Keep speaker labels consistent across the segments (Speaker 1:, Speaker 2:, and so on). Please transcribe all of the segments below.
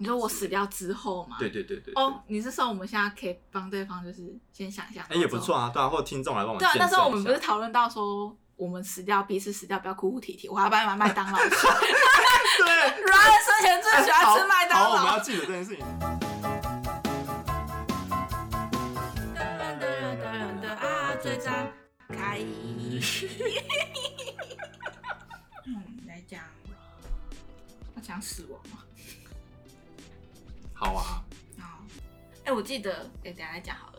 Speaker 1: 你说我死掉之后吗？
Speaker 2: 对对对对，对
Speaker 1: 哦，你是说我们现在可以帮对方，就是先想一下。
Speaker 2: 哎也不错。啊，对啊，或者听众来帮我们
Speaker 1: 对啊，
Speaker 2: 见
Speaker 1: 那
Speaker 2: 证一下。
Speaker 1: 时候我们不 是讨论到说我们死掉，彼此死掉，不要哭哭啼啼。我还要帮你买麦当 劳吃。
Speaker 2: 对，
Speaker 1: Ryan 生前最喜欢吃麦当
Speaker 2: 哎好，好我们
Speaker 1: 劳
Speaker 2: 要。记得这件 事情。
Speaker 1: 噔噔噔噔啊，最张开。嗯，来讲，要讲死亡嘛。
Speaker 2: 好啊，
Speaker 1: 好。哎、我记得，哎、等一下再讲好了。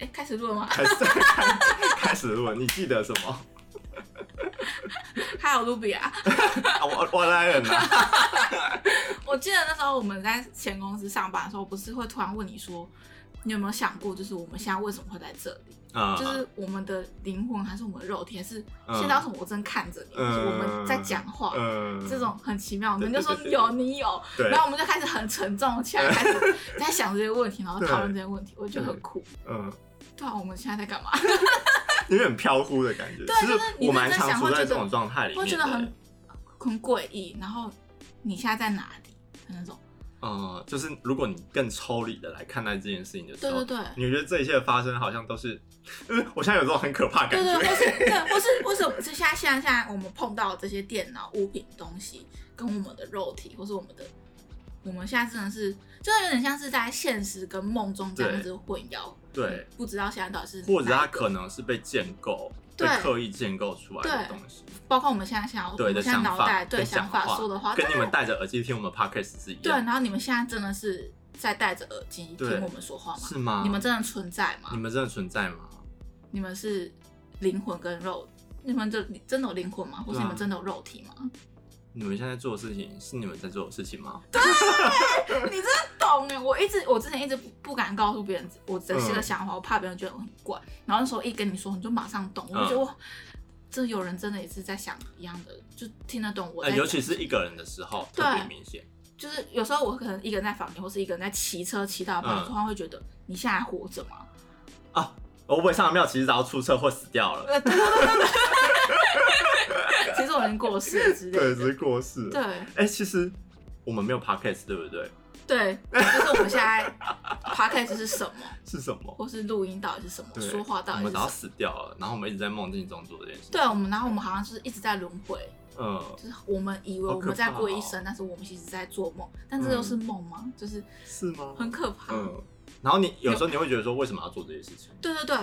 Speaker 1: 哎、开始录了吗？
Speaker 2: 开始 开始录了，你记得什么？
Speaker 1: 还有 Ruby 啊。
Speaker 2: 啊我我来 人啦。
Speaker 1: 我记得那时候我们在前公司上班的时候，不是会突然问你说，你有没有想过，就是我们现在为什么会在这里？
Speaker 2: 嗯，
Speaker 1: 就是我们的灵魂还是我们的肉体，还是
Speaker 2: 嗯
Speaker 1: 现在为什么我正看着你，
Speaker 2: 嗯
Speaker 1: 就是我们在讲话？
Speaker 2: 嗯
Speaker 1: 这种很奇妙，我们
Speaker 2: 对
Speaker 1: 就
Speaker 2: 对
Speaker 1: 说
Speaker 2: 对对
Speaker 1: 有你有，
Speaker 2: 对
Speaker 1: 然后我们就开始很沉重起来，开始在想这些问题，然后讨论这些问题，我觉得很酷。
Speaker 2: 嗯，
Speaker 1: 对啊，我们现在在干嘛？
Speaker 2: 有点飘忽的感觉。
Speaker 1: 对啊
Speaker 2: 其
Speaker 1: 就是
Speaker 2: 实
Speaker 1: 你
Speaker 2: 我蛮
Speaker 1: 认真
Speaker 2: 常
Speaker 1: 想
Speaker 2: 处
Speaker 1: 会
Speaker 2: 在
Speaker 1: 觉
Speaker 2: 这
Speaker 1: 得
Speaker 2: 种状态里面的，
Speaker 1: 会觉得很很诡异。然后你现在在哪里？的那种，
Speaker 2: 呃，就是如果你更抽离的来看待这件事情的时
Speaker 1: 对
Speaker 2: 候，
Speaker 1: 对对。
Speaker 2: 你觉得这一切的发生好像都是，嗯，我现在有这种很可怕的
Speaker 1: 对
Speaker 2: 感
Speaker 1: 对，
Speaker 2: 觉，
Speaker 1: 或是对，或是或是我们现在现在现在我们碰到这些电脑物品东西，跟我们的肉体，或是我们的，我们现在真的是，就是有点像是在现实跟梦中这样子混淆，
Speaker 2: 对，
Speaker 1: 不知道现在到底是哪一个，
Speaker 2: 或者它可能是被建构、被
Speaker 1: 对
Speaker 2: 刻意建构出来的
Speaker 1: 对
Speaker 2: 东西，
Speaker 1: 包括我们现在想要，我
Speaker 2: 对
Speaker 1: 们
Speaker 2: 的
Speaker 1: 现在
Speaker 2: 想
Speaker 1: 脑
Speaker 2: 法、
Speaker 1: 袋
Speaker 2: 跟
Speaker 1: 对
Speaker 2: 讲
Speaker 1: 想法说的话，
Speaker 2: 跟
Speaker 1: 对
Speaker 2: 你们戴着耳机听我们 podcast 是一
Speaker 1: 对，
Speaker 2: 样
Speaker 1: 然
Speaker 2: 的，
Speaker 1: 后你们现在真的是在戴着耳机
Speaker 2: 对
Speaker 1: 听我们说话吗？
Speaker 2: 是啊吗？
Speaker 1: 你们真的存在吗
Speaker 2: 你？们真的存在吗？
Speaker 1: 你们是灵魂跟肉，你们这真的有灵魂吗？或是
Speaker 2: 对啊
Speaker 1: 你们真的有肉体吗？
Speaker 2: 你们现在做的事情是你们在做的事情吗？
Speaker 1: 你真的懂哎！我一直我之前一直不不敢告诉别人我真心的
Speaker 2: 嗯
Speaker 1: 想法，我怕别人觉得我很怪。然后那时候一跟你说，你就马上懂，我就觉得
Speaker 2: 嗯
Speaker 1: 哇，这有人真的也是在想一样的，就听得懂我在
Speaker 2: 呃，
Speaker 1: 讲。
Speaker 2: 尤其是一个人的时候特别
Speaker 1: 对
Speaker 2: 明显，
Speaker 1: 就是有时候我可能一个人在房间，或是一个人在骑车骑到一半，
Speaker 2: 嗯
Speaker 1: 突然会觉得你现在还活着 吗？
Speaker 2: 啊。我北上的庙其实只要出车祸死掉了，
Speaker 1: 对对对对对其实我已经过世了之类
Speaker 2: 对，
Speaker 1: 的。
Speaker 2: 只是过世了。
Speaker 1: 对
Speaker 2: 哎、其实我们没有 podcast，对不对？
Speaker 1: 对，就是我们现在 podcast 是什么，
Speaker 2: 是什么？
Speaker 1: 或是录音到底是什么，
Speaker 2: 对，
Speaker 1: 说话到底
Speaker 2: 我
Speaker 1: 是
Speaker 2: 们
Speaker 1: 什
Speaker 2: 早
Speaker 1: 么？
Speaker 2: 死掉了，然后我们一直在梦境中做这件事。
Speaker 1: 对，我们然后我们好像就是一直在轮回。
Speaker 2: 嗯，
Speaker 1: 就是我们以为
Speaker 2: 好
Speaker 1: 我
Speaker 2: 可
Speaker 1: 们在
Speaker 2: 怕
Speaker 1: 过
Speaker 2: 哦
Speaker 1: 一生，但是我们其实在做梦，但这又是梦吗？就是
Speaker 2: 是吗
Speaker 1: 很可怕。
Speaker 2: 嗯，然后你有时候你会觉得说，为什么要做这些事情？
Speaker 1: 对对对。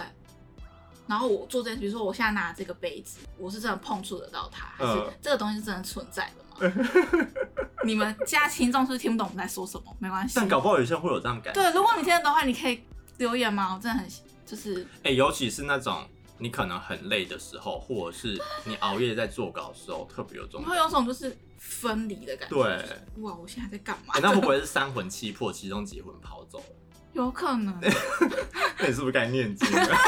Speaker 1: 然后我做这件事，比如说我现在拿这个杯子，我是真的碰触得到它，还是
Speaker 2: 嗯
Speaker 1: 这个东西是真的存在的吗？ 你们家听众是不是听不懂我们在说什么？没关系
Speaker 2: 但。搞不好有些人会有这样的感觉，
Speaker 1: 对，如果你听得懂的话，你可以留言吗？我真的很就是
Speaker 2: 哎、尤其是那种你可能很累的时候，或者是你熬夜在做稿的时候，特别有这种
Speaker 1: 你
Speaker 2: 感
Speaker 1: 会
Speaker 2: 觉。
Speaker 1: 有种就是分离的感觉，
Speaker 2: 对
Speaker 1: 就是哇，我现在在干嘛
Speaker 2: 哎、？那会不会是三魂七魄其中几魂跑 走了？
Speaker 1: 有可能，
Speaker 2: 那你是不是该念经啊了？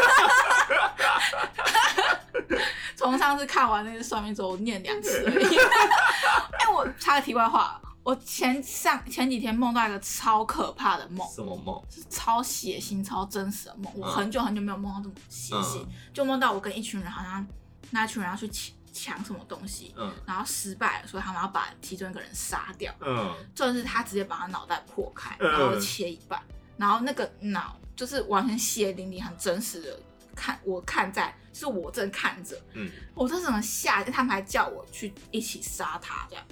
Speaker 1: 从上次看完那个算命之后，我念两次而已。 哎、我插个题外话，我前上前几天梦到一个超可怕的梦，
Speaker 2: 什么梦？
Speaker 1: 是超血腥、超真实的梦。我很久很久没有梦到这么血腥，就梦到我跟一群人，好像那群人要去抢抢什么东西，
Speaker 2: 嗯
Speaker 1: 然后失败了，所以他们要把其中一个人杀掉。
Speaker 2: 嗯，
Speaker 1: 就是他直接把他脑袋破开，
Speaker 2: 嗯
Speaker 1: 然后切一半，然后那个脑就是完全血淋淋，很真实的看我看在，就是我正看着，
Speaker 2: 嗯，
Speaker 1: 我这怎么吓？他们还叫我去一起杀他这样，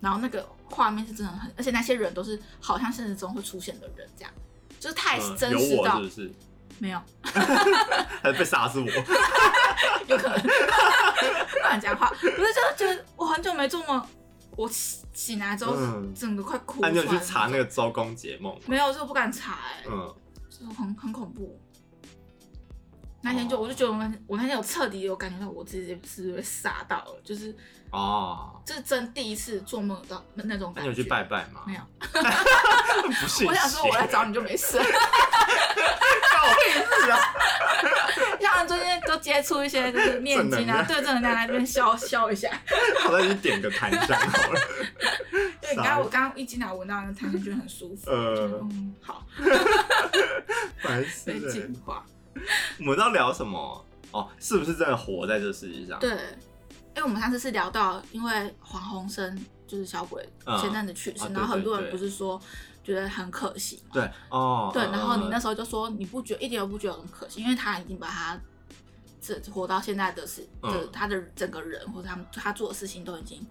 Speaker 1: 然后那个画面是真的很，而且那些人都是好像现实中会出现的人这样，就是太
Speaker 2: 嗯
Speaker 1: 真
Speaker 2: 有
Speaker 1: 实
Speaker 2: 我
Speaker 1: 到、
Speaker 2: 是不是？
Speaker 1: 没有，
Speaker 2: 还是被 杀是我？
Speaker 1: 有可能 乱讲话，不是就是觉得我很久没做梦，我醒醒来之后、
Speaker 2: 嗯
Speaker 1: 整个快哭出
Speaker 2: 那
Speaker 1: 来
Speaker 2: 你
Speaker 1: 了
Speaker 2: 有
Speaker 1: 种。
Speaker 2: 去查那个周公解梦吗？
Speaker 1: 没有，这我不敢查、欸，
Speaker 2: 嗯，
Speaker 1: 就是很很恐怖。那天
Speaker 2: 哦
Speaker 1: 就我就觉得我们我那天有彻底有感觉到我自己是被吓到了，就是
Speaker 2: 哦，
Speaker 1: 这是真第一次做梦到那那种
Speaker 2: 那
Speaker 1: 感
Speaker 2: 你
Speaker 1: 觉。
Speaker 2: 有去拜拜吗？
Speaker 1: 没有，
Speaker 2: 不信邪。
Speaker 1: 我想说我来找你就没 事了。
Speaker 2: 搞屁事啊！
Speaker 1: 像最近都接触一些就是念
Speaker 2: 正能
Speaker 1: 经啊，
Speaker 2: 量
Speaker 1: 对正能量来这边消消一下。
Speaker 2: 好了，你点个檀香 好了。
Speaker 1: 对，你刚刚我刚刚一进来闻到那个檀香，觉得很舒服。
Speaker 2: 呃
Speaker 1: 就是嗯，好，
Speaker 2: 烦死
Speaker 1: 被净
Speaker 2: 了！
Speaker 1: 化。
Speaker 2: 我们要聊什么？哦，是不是真的活在这世界上？
Speaker 1: 对，因为我们上次是聊到，因为黄鸿升就是小鬼
Speaker 2: 嗯
Speaker 1: 前阵子去世，
Speaker 2: 啊对
Speaker 1: 然后很多
Speaker 2: 对
Speaker 1: 人
Speaker 2: 对
Speaker 1: 不是说觉得很可惜嘛，
Speaker 2: 对哦，
Speaker 1: 对，
Speaker 2: 嗯
Speaker 1: 然后你那
Speaker 2: 嗯
Speaker 1: 时候就说你不觉一点都不觉得很可惜，因为他已经把他这活到现在的事
Speaker 2: 嗯
Speaker 1: 的他的整个人或者他们他做的事情都已经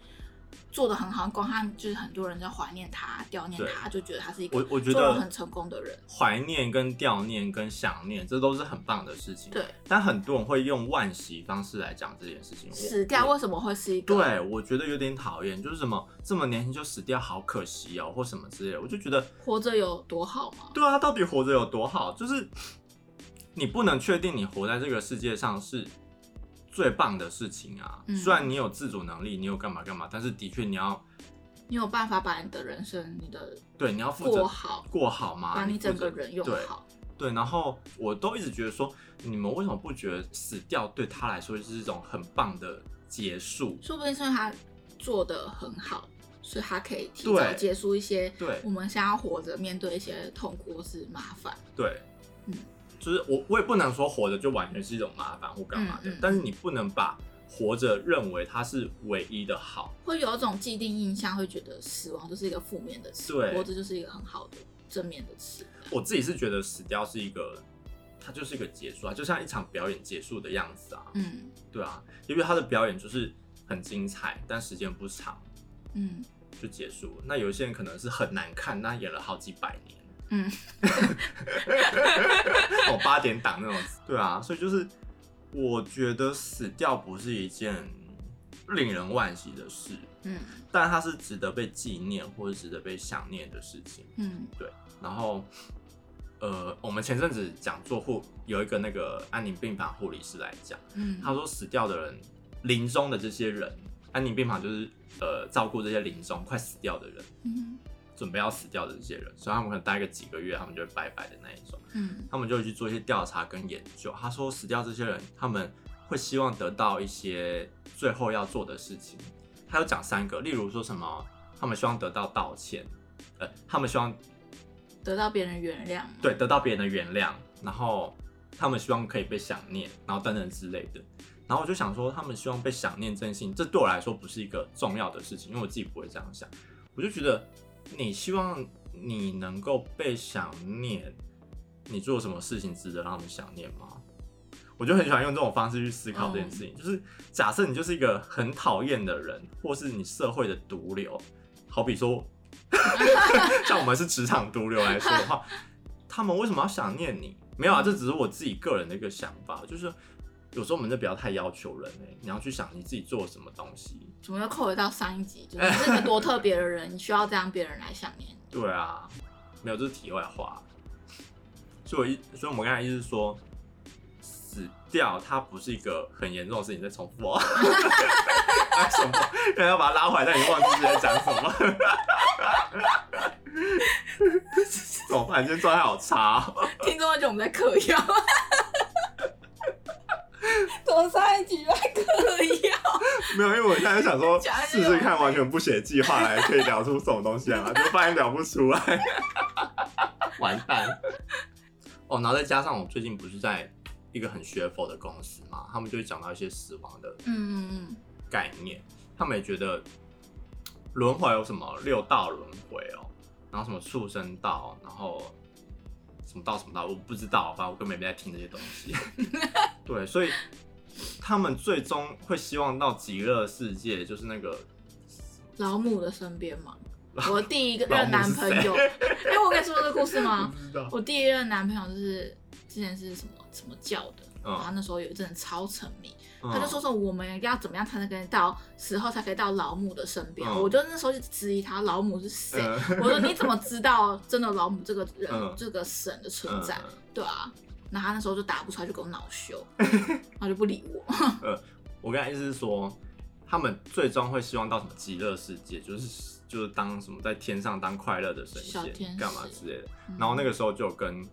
Speaker 1: 做的很好，光他就是很多人在怀念他、悼念
Speaker 2: 对
Speaker 1: 他，就觉得他是一个
Speaker 2: 我我觉
Speaker 1: 做人
Speaker 2: 得
Speaker 1: 很成功的人。
Speaker 2: 怀念跟悼念跟想念，这都是很棒的事情。
Speaker 1: 对，
Speaker 2: 但很多人会用惋惜方式来讲这件事情。我
Speaker 1: 死掉为什么会是一个？
Speaker 2: 对，我觉得有点讨厌，就是什么这么年轻就死掉，好可惜哦，或什么之类的，我就觉得，
Speaker 1: 活着有多好吗？
Speaker 2: 对啊，到底活着有多好？就是你不能确定你活在这个世界上是最棒的事情啊。
Speaker 1: 嗯
Speaker 2: 虽然你有自主能力，你有干嘛干嘛，但是的确你要
Speaker 1: 你有办法把你的人生、你的
Speaker 2: 对你要负责
Speaker 1: 过好，
Speaker 2: 过好嘛，
Speaker 1: 把你整个
Speaker 2: 负责
Speaker 1: 人用
Speaker 2: 对
Speaker 1: 好。
Speaker 2: 对，然后我都一直觉得说，你们为什么不觉得死掉对他来说就是一种很棒的结束？
Speaker 1: 说不定是因为他做的很好，所以他可以提早
Speaker 2: 对
Speaker 1: 结束一些
Speaker 2: 对
Speaker 1: 我们想要活着面对一些痛苦或是麻烦。
Speaker 2: 对，
Speaker 1: 嗯
Speaker 2: 就是我我也不能说活着就完全是一种麻烦或干嘛的，
Speaker 1: 嗯嗯
Speaker 2: 但是你不能把活着认为它是唯一的好。
Speaker 1: 会有一种既定印象，会觉得死亡就是一个负面的词，
Speaker 2: 对
Speaker 1: 活着就是一个很好的正面的词。
Speaker 2: 我自己是觉得死掉是一个，它就是一个结束啊，就像一场表演结束的样子啊，
Speaker 1: 嗯
Speaker 2: 对啊，因为他的表演就是很精彩，但时间不长
Speaker 1: 嗯
Speaker 2: 就结束了。那有些人可能是很难看，那演了好几百年。
Speaker 1: 嗯，
Speaker 2: 哦，八点档 那种。对啊，所以就是我觉得死掉不是一件令人惋惜的事，
Speaker 1: 嗯
Speaker 2: 但它是值得被纪念或者值得被想念的事情。
Speaker 1: 嗯
Speaker 2: 然后，呃，我们前阵子讲做护有一个那个安宁病房护理师来讲，
Speaker 1: 嗯，
Speaker 2: 他说死掉的人，临终的这些人，安宁病房就是呃照顾这些临终快死掉的人，
Speaker 1: 嗯
Speaker 2: 准备要死掉的这些人，所以他们可能待个几个月，他们就会拜拜的那一种。
Speaker 1: 嗯
Speaker 2: 他们就会去做一些调查跟研究。他说，死掉这些人，他们会希望得到一些最后要做的事情。他有讲三个，例如说什么，他们希望得到道歉，呃，他们希望
Speaker 1: 得到别人原谅。，
Speaker 2: 对得到别人的原谅，然后他们希望可以被想念，然后等等之类的。然后我就想说，他们希望被想念真心，这对我来说不是一个重要的事情，因为我自己不会这样想。我就觉得，你希望你能够被想念，你做什么事情值得让他们想念吗？我就很喜欢用这种方式去思考这件事情，就是假设你就是一个很讨厌的人，或是你社会的毒瘤，好比说， 像我们是职场毒瘤来说的话，他们为什么要想念你？没有啊，这只是我自己个人的一个想法，就是有时候我们就不要太要求人哎、你要去想你自己做了什么东西。
Speaker 1: 怎么又扣回到上一集？就是 你是个多特别的人，你需要这样别人来想 念你。
Speaker 2: 对啊，没有，这是题外话。所以我一，所以我们刚才意思是说，死掉它不是一个很严重的事情，再重复哦。 哎什么？刚才要把它拉回来，但你忘记自己在讲什么。怎么办？你今天状态好差、哦。
Speaker 1: 听众会觉得我们在嗑药， 从上一集就在嗑药，
Speaker 2: 没有，因为我现在想说
Speaker 1: 讲一下
Speaker 2: 试试看，完全不写计划来可以聊出什么东西来啊嘛，就发现聊不出来， 完蛋。哦，然后再加上我最近不是在一个很学佛的公司嘛，他们就会讲到一些死亡的
Speaker 1: 嗯嗯
Speaker 2: 概念，他们也觉得轮回有什么六道轮回哦，然后什么畜生道，然后什么道什么道，我不知道，反正我根本没在听这些东 西。对，所以他们最终会希望到极乐世界，就是那个
Speaker 1: 嗯，老母的身边嘛，我第一个
Speaker 2: 老
Speaker 1: 任
Speaker 2: 母
Speaker 1: 男
Speaker 2: 是
Speaker 1: 朋
Speaker 2: 谁
Speaker 1: 友，哎、我跟你说过这个故事吗？
Speaker 2: 不知道，
Speaker 1: 我第一任男朋友就是之前是什么什么教的，
Speaker 2: 嗯
Speaker 1: 然后那时候有一阵子超沉迷，
Speaker 2: 嗯
Speaker 1: 他就说说我们要怎么样才能跟到时候才可以到老母的身边，
Speaker 2: 嗯
Speaker 1: 我就那时候就质疑他老母是谁，
Speaker 2: 嗯
Speaker 1: 我说你怎么知道真的老母这个人、
Speaker 2: 嗯
Speaker 1: 这个神的存在？
Speaker 2: 嗯
Speaker 1: 对啊，然后他那时候就打不出来，就给我恼 羞，然后就不理我。
Speaker 2: 我刚才意思是说，他们最终会希望到什么极乐世界，就是就是当什么在天上当快乐的神
Speaker 1: 小天
Speaker 2: 仙，
Speaker 1: 使
Speaker 2: 干嘛之类的。然后那个时候就跟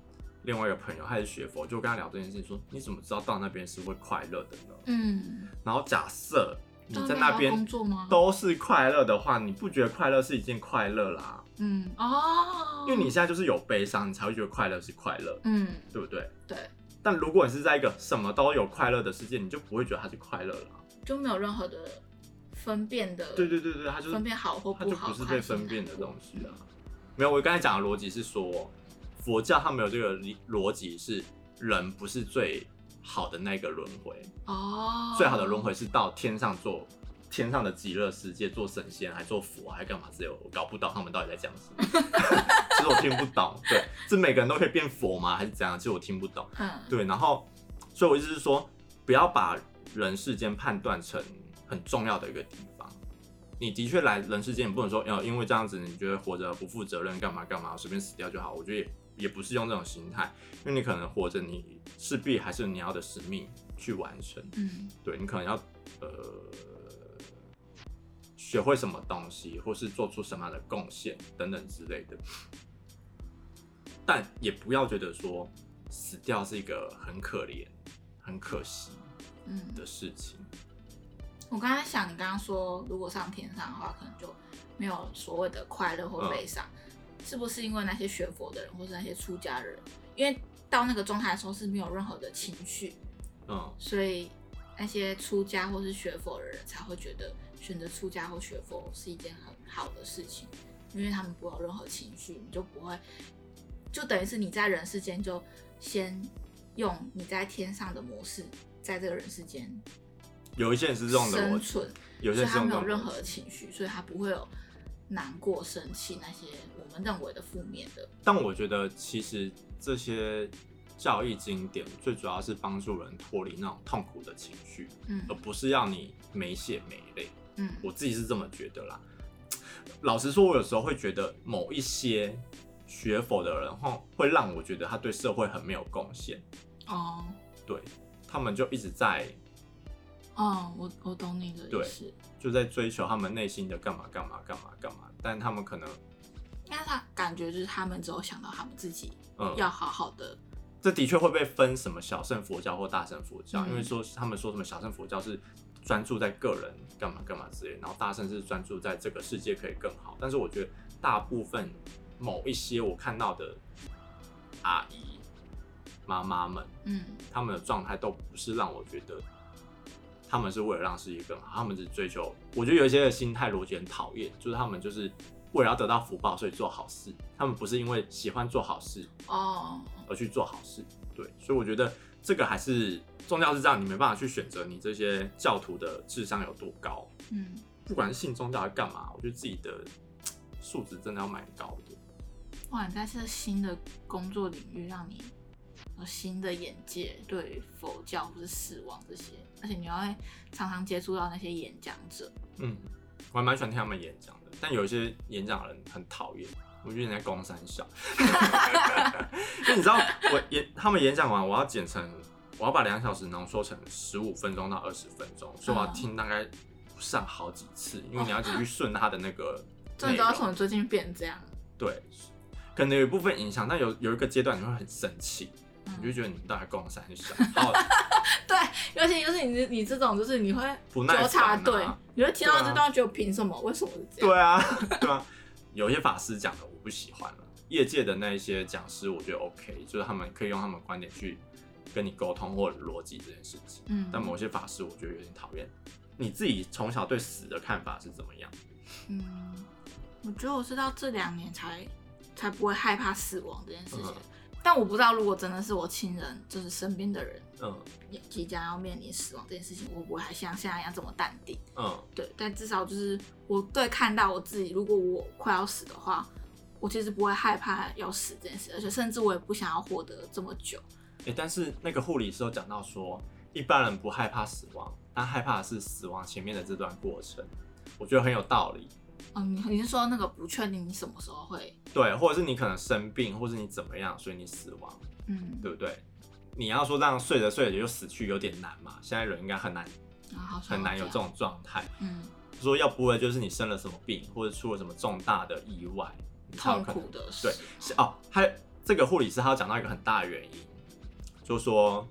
Speaker 2: 另外一个朋友，他也是学佛，就跟他聊这件事情，说你怎么知道到那边是会快乐的呢？
Speaker 1: 嗯，啊
Speaker 2: 然后假设你在
Speaker 1: 那
Speaker 2: 那
Speaker 1: 边要工
Speaker 2: 边
Speaker 1: 作吗？
Speaker 2: 都是快乐的话，你不觉得快乐是一件快乐啦？
Speaker 1: 嗯哦，
Speaker 2: 因为你现在就是有悲伤，你才会觉得快乐是快乐，
Speaker 1: 嗯
Speaker 2: 对不对？
Speaker 1: 对，
Speaker 2: 但如果你是在一个什么都有快乐的世界，你就不会觉得它是快乐了。
Speaker 1: 就没有任何的分辨的，
Speaker 2: 对对对对，它就是
Speaker 1: 分辨好或
Speaker 2: 它
Speaker 1: 不
Speaker 2: 就
Speaker 1: 好，
Speaker 2: 不是
Speaker 1: 它
Speaker 2: 被
Speaker 1: 是
Speaker 2: 分
Speaker 1: 哪
Speaker 2: 辨的
Speaker 1: 个
Speaker 2: 东西啊。没有，我刚才讲的逻辑是说，佛教它没有这个理逻辑是人不是最好的那个轮回，
Speaker 1: 哦，
Speaker 2: 最好的轮回是到天上做天上的极乐世界做神仙，还做佛，还干嘛之类的，我搞不懂他们到底在讲什么。 其实我听不懂，对，是每个人都可以变佛吗？还是怎样？其实我听不懂。
Speaker 1: 嗯，
Speaker 2: 对，然后，所以我意思是说，不要把人世间判断成很重要的一个地方。你的确来人世间，你不能说，呃，因为这样子你觉得活着不负责任，干嘛干嘛，随便死掉就好。我觉得也也不是用这种心态，因为你可能活着，你势必还是你要的使命去完成。
Speaker 1: 嗯
Speaker 2: 对你可能要呃学会什么东西，或是做出什么样的贡献等等之类的。但也不要觉得说死掉是一个很可怜、很可惜
Speaker 1: 嗯，
Speaker 2: 的事情。
Speaker 1: 我刚才想，你刚刚说如果上天上的话，可能就没有所谓的快乐
Speaker 2: 嗯
Speaker 1: 或悲伤，是不是因为那些学佛的人或是那些出家人，因为到那个状态的时候是没有任何的情绪，
Speaker 2: 嗯，
Speaker 1: 所以那些出家或是学佛的人才会觉得选择出家或学佛是一件很好的事情，因为他们不会有任何情绪，你就不会，就等于是你在人世间就先用你在天上的模式，在这个人世间
Speaker 2: 有一些人是这种的逻
Speaker 1: 生
Speaker 2: 辑，
Speaker 1: 存，
Speaker 2: 有些
Speaker 1: 所以
Speaker 2: 人是
Speaker 1: 他
Speaker 2: 用
Speaker 1: 没
Speaker 2: 这
Speaker 1: 有
Speaker 2: 种
Speaker 1: 任
Speaker 2: 逻
Speaker 1: 何
Speaker 2: 辑
Speaker 1: 情绪，所以他不会有难过、生气那些我们认为的负面的。
Speaker 2: 但我觉得其实这些教义经典最主要是帮助人脱离那种痛苦的情绪，
Speaker 1: 嗯
Speaker 2: 而不是要你没血没泪。
Speaker 1: 嗯
Speaker 2: 我自己是这么觉得啦。老实说，我有时候会觉得某一些学佛的人，后会让我觉得他对社会很没有贡献。
Speaker 1: 哦
Speaker 2: 对他们就一直在
Speaker 1: 哦，我我懂你的意
Speaker 2: 对
Speaker 1: 思。
Speaker 2: 就在追求他们内心的干嘛干嘛干嘛干嘛，但他们可能
Speaker 1: 但是他感觉就是他们只有想到他们自己
Speaker 2: 嗯，
Speaker 1: 要好好的，
Speaker 2: 这的确会被分什么小圣佛教或大圣佛教，
Speaker 1: 嗯
Speaker 2: 因为说他们说什么小圣佛教是专注在个人干嘛干嘛之类，然后大圣是专注在这个世界可以更好。但是我觉得大部分某一些我看到的阿姨、妈妈们，
Speaker 1: 嗯
Speaker 2: 他们的状态都不是让我觉得他们是为了让世界更好，他们只追求。我觉得有一些的心态逻辑很讨厌，就是他们就是为了要得到福报，所以做好事，他们不是因为喜欢做好事，
Speaker 1: 哦，
Speaker 2: 而去做好事。对，所以我觉得这个还是宗教是这样，你没办法去选择你这些教徒的智商有多高，
Speaker 1: 嗯，
Speaker 2: 不管是信宗教还是干嘛，我觉得自己的嘖素质真的要蛮高的。
Speaker 1: 哇，你在这新的工作领域让你有新的眼界，对于佛教或是死亡这些，而且你要会常常接触到那些演讲者，
Speaker 2: 嗯，我还蛮喜欢听他们演讲的，但有一些演讲人很讨厌，我觉得人家公三小， 因为你知道我演他们演讲完，我要剪成，我要把两小时浓缩成十五分钟到二十分钟，所以我
Speaker 1: 嗯
Speaker 2: 要听大概上好几次，因为你要一直去顺他的那个内容。
Speaker 1: 终于知道为什么最近变这样，
Speaker 2: 对，可能有一部分影响，但有有一个阶段你会很生气，
Speaker 1: 嗯
Speaker 2: 你就哦觉得你们到底共三小，好
Speaker 1: 对，尤其就是你这你这种，就是你会
Speaker 2: 不耐
Speaker 1: 纠察
Speaker 2: 烦、啊。
Speaker 1: 队，你会听到
Speaker 2: 对啊
Speaker 1: 这段觉得凭什么？为什么是这样？
Speaker 2: 对啊， 对啊，有些法师讲的我不喜欢了，业界的那一些讲师我觉得 OK，就是他们可以用他们观点去跟你沟通或者逻辑这件事情，
Speaker 1: 嗯，
Speaker 2: 但某些法师我觉得有点讨厌。你自己从小对死的看法是怎么样？
Speaker 1: 嗯，我觉得我是到这两年才才不会害怕死亡这件事情。
Speaker 2: 嗯
Speaker 1: 但我不知道，如果真的是我亲人，就是身边的人
Speaker 2: 嗯
Speaker 1: 也即将要面临死亡这件事情，我会不会还像现在一样这么淡定？
Speaker 2: 嗯
Speaker 1: 对，但至少就是我对看到我自己，如果我快要死的话，我其实不会害怕要死这件事，而且甚至我也不想要活得这么久。
Speaker 2: 哎、但是那个护理师有讲到说，一般人不害怕死亡，他害怕的是死亡前面的这段过程，我觉得很有道理。
Speaker 1: 嗯，你你是说那个不确定你什么时候会？
Speaker 2: 对，或者是你可能生病，或是你怎么样，所以你死亡，
Speaker 1: 嗯，
Speaker 2: 对不对？你要说这样睡着睡着就死去有点难嘛，现在人应该很难
Speaker 1: 啊，好像
Speaker 2: 很难有这
Speaker 1: 样。
Speaker 2: 种状态。
Speaker 1: 嗯，
Speaker 2: 说要不会就是你生了什么病，或者出了什么重大的意外，你才有
Speaker 1: 痛
Speaker 2: 可能
Speaker 1: 苦的
Speaker 2: 对
Speaker 1: 事。
Speaker 2: 是哦，还有这个护理师他有讲到一个很大的原因，就说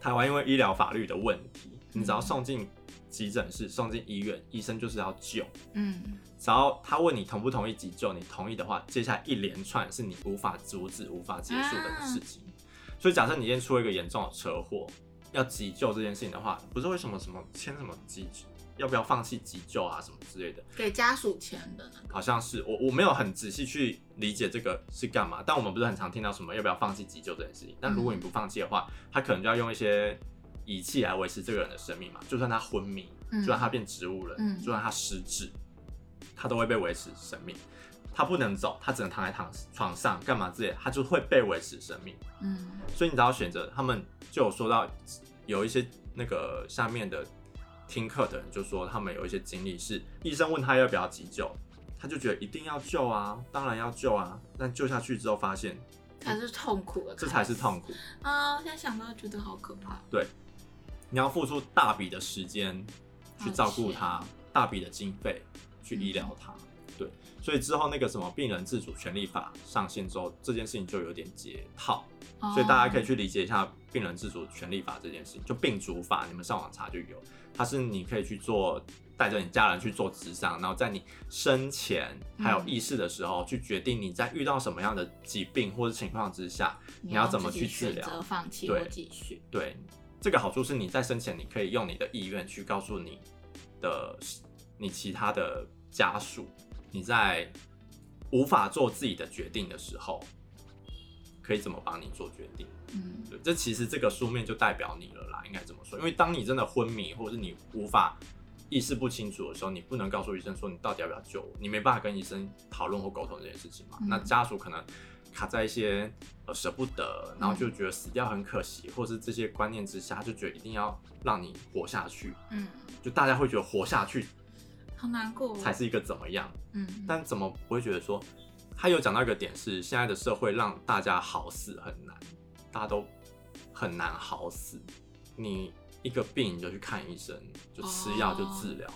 Speaker 2: 台湾因为医疗法律的问题，你只要送进急诊室、送进医院，医生就是要救。
Speaker 1: 嗯
Speaker 2: 只要他问你同不同意急救，你同意的话，接下来一连串是你无法阻止、无法结束的事情。所以，假设你今天出了一个严重的车祸，要急救这件事情的话，不是为什么什么签什么急要不要放弃急救啊什么之类的，
Speaker 1: 给家属钱的呢？
Speaker 2: 好像是我我没有很仔细去理解这个是干嘛，但我们不是很常听到什么要不要放弃急救这件事情。但如果
Speaker 1: 嗯
Speaker 2: 你不放弃的话，他可能就要用一些仪器来维持这个人的生命嘛，就算他昏迷，
Speaker 1: 嗯
Speaker 2: 就算他变植物人，
Speaker 1: 嗯
Speaker 2: 就算他失智，他都会被维持生命。他不能走，他只能躺在躺床上干嘛之类的，他就会被维持生命。
Speaker 1: 嗯
Speaker 2: 所以你只要选择，他们就有说到有一些那个下面的听课的人就说，他们有一些经历是医生问他要不要急救，他就觉得一定要救啊，当然要救啊，但救下去之后发现
Speaker 1: 才是痛苦的开始，
Speaker 2: 这才是痛苦，
Speaker 1: 啊！我现在想到觉得好可怕。
Speaker 2: 你要付出大笔的时间去照顾他，大笔的经费去医疗他。对，所以之后那个什么病人自主权利法上线之后，这件事情就有点解套，所以大家可以
Speaker 1: 哦
Speaker 2: 去理解一下病人自主权利法这件事情，就病主法，你们上网查就有。它是你可以去做，带着你家人去做智商，然后在你生前还有意识的时候，去决定你在遇到什么样的疾病或者情况之下，
Speaker 1: 哦你
Speaker 2: 你要怎么
Speaker 1: 自己
Speaker 2: 去治
Speaker 1: 选
Speaker 2: 疗
Speaker 1: 择放弃
Speaker 2: 对
Speaker 1: 或继续。
Speaker 2: 对，这个好处是你在生前你可以用你的意愿去告诉你的呃你其他的家属，你在无法做自己的决定的时候，可以怎么帮你做决定。
Speaker 1: 嗯
Speaker 2: 对，这其实这个书面就代表你了啦，应该这么说。因为当你真的昏迷，或者是你无法意识不清楚的时候，你不能告诉医生说你到底要不要救我，你没办法跟医生讨论或沟通这件事情嘛。
Speaker 1: 嗯
Speaker 2: 那家属可能卡在一些呃舍不得，然后就觉得死掉很可惜，或是这些观念之下，他就觉得一定要让你活下去，
Speaker 1: 嗯，
Speaker 2: 就大家会觉得活下去
Speaker 1: 好难过哦。
Speaker 2: 才是一个怎么样。
Speaker 1: 嗯，
Speaker 2: 但怎么不会觉得说，他有讲到一个点是，现在的社会让大家好死很难，大家都很难好死。你一个病你就去看医生，就吃药就治疗。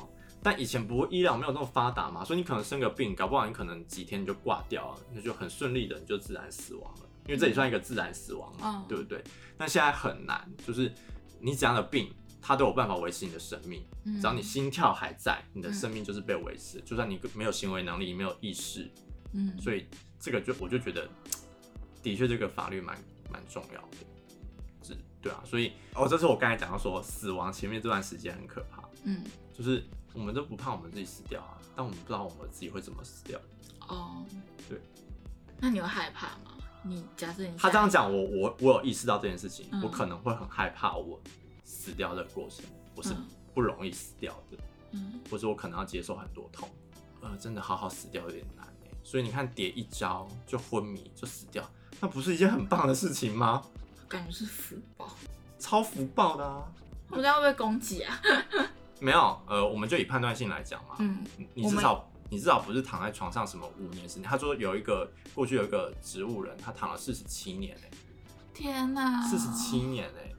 Speaker 2: 但以前不会医疗没有那么发达嘛，所以你可能生个病，搞不好你可能几天就挂掉了，那就很顺利的你就自然死亡了，因为这也算一个自然死亡
Speaker 1: 嗯
Speaker 2: 嘛，对不对？但现在很难，就是你怎样的病，它都有办法维持你的生命。
Speaker 1: 嗯
Speaker 2: 只要你心跳还在，你的生命就是被维持。就算你没有行为能力，没有意识，
Speaker 1: 嗯，
Speaker 2: 所以这个就我就觉得，的确这个法律蛮蛮重要的。是，对啊，所以哦，这是我刚才讲到说，死亡前面这段时间很可怕，
Speaker 1: 嗯
Speaker 2: 就是我们都不怕我们自己死掉啊，但我们不知道我们自己会怎么死掉。
Speaker 1: 哦，
Speaker 2: 对。
Speaker 1: 那你会害怕吗？你假设你
Speaker 2: 他
Speaker 1: 现
Speaker 2: 这样
Speaker 1: 在
Speaker 2: 讲，我我我有意识到这件事情，
Speaker 1: 嗯
Speaker 2: 我可能会很害怕我死掉的过程，我是
Speaker 1: 嗯
Speaker 2: 不容易死掉的。
Speaker 1: 嗯
Speaker 2: 或者我可能要接受很多痛，呃，真的好好死掉有点难欸所以你看，跌一跤就昏迷就死掉，那不是一件很棒的事情吗？
Speaker 1: 感觉是福报，
Speaker 2: 超福报的啊！
Speaker 1: 我不知道会不会攻击啊？
Speaker 2: 没有，呃，我们就以判断性来讲嘛，
Speaker 1: 嗯
Speaker 2: 你你至少你至少不是躺在床上什么五年十年。他说有一个过去有一个植物人，他躺了四十七年哎、
Speaker 1: 天哪，
Speaker 2: 四十七，年哎、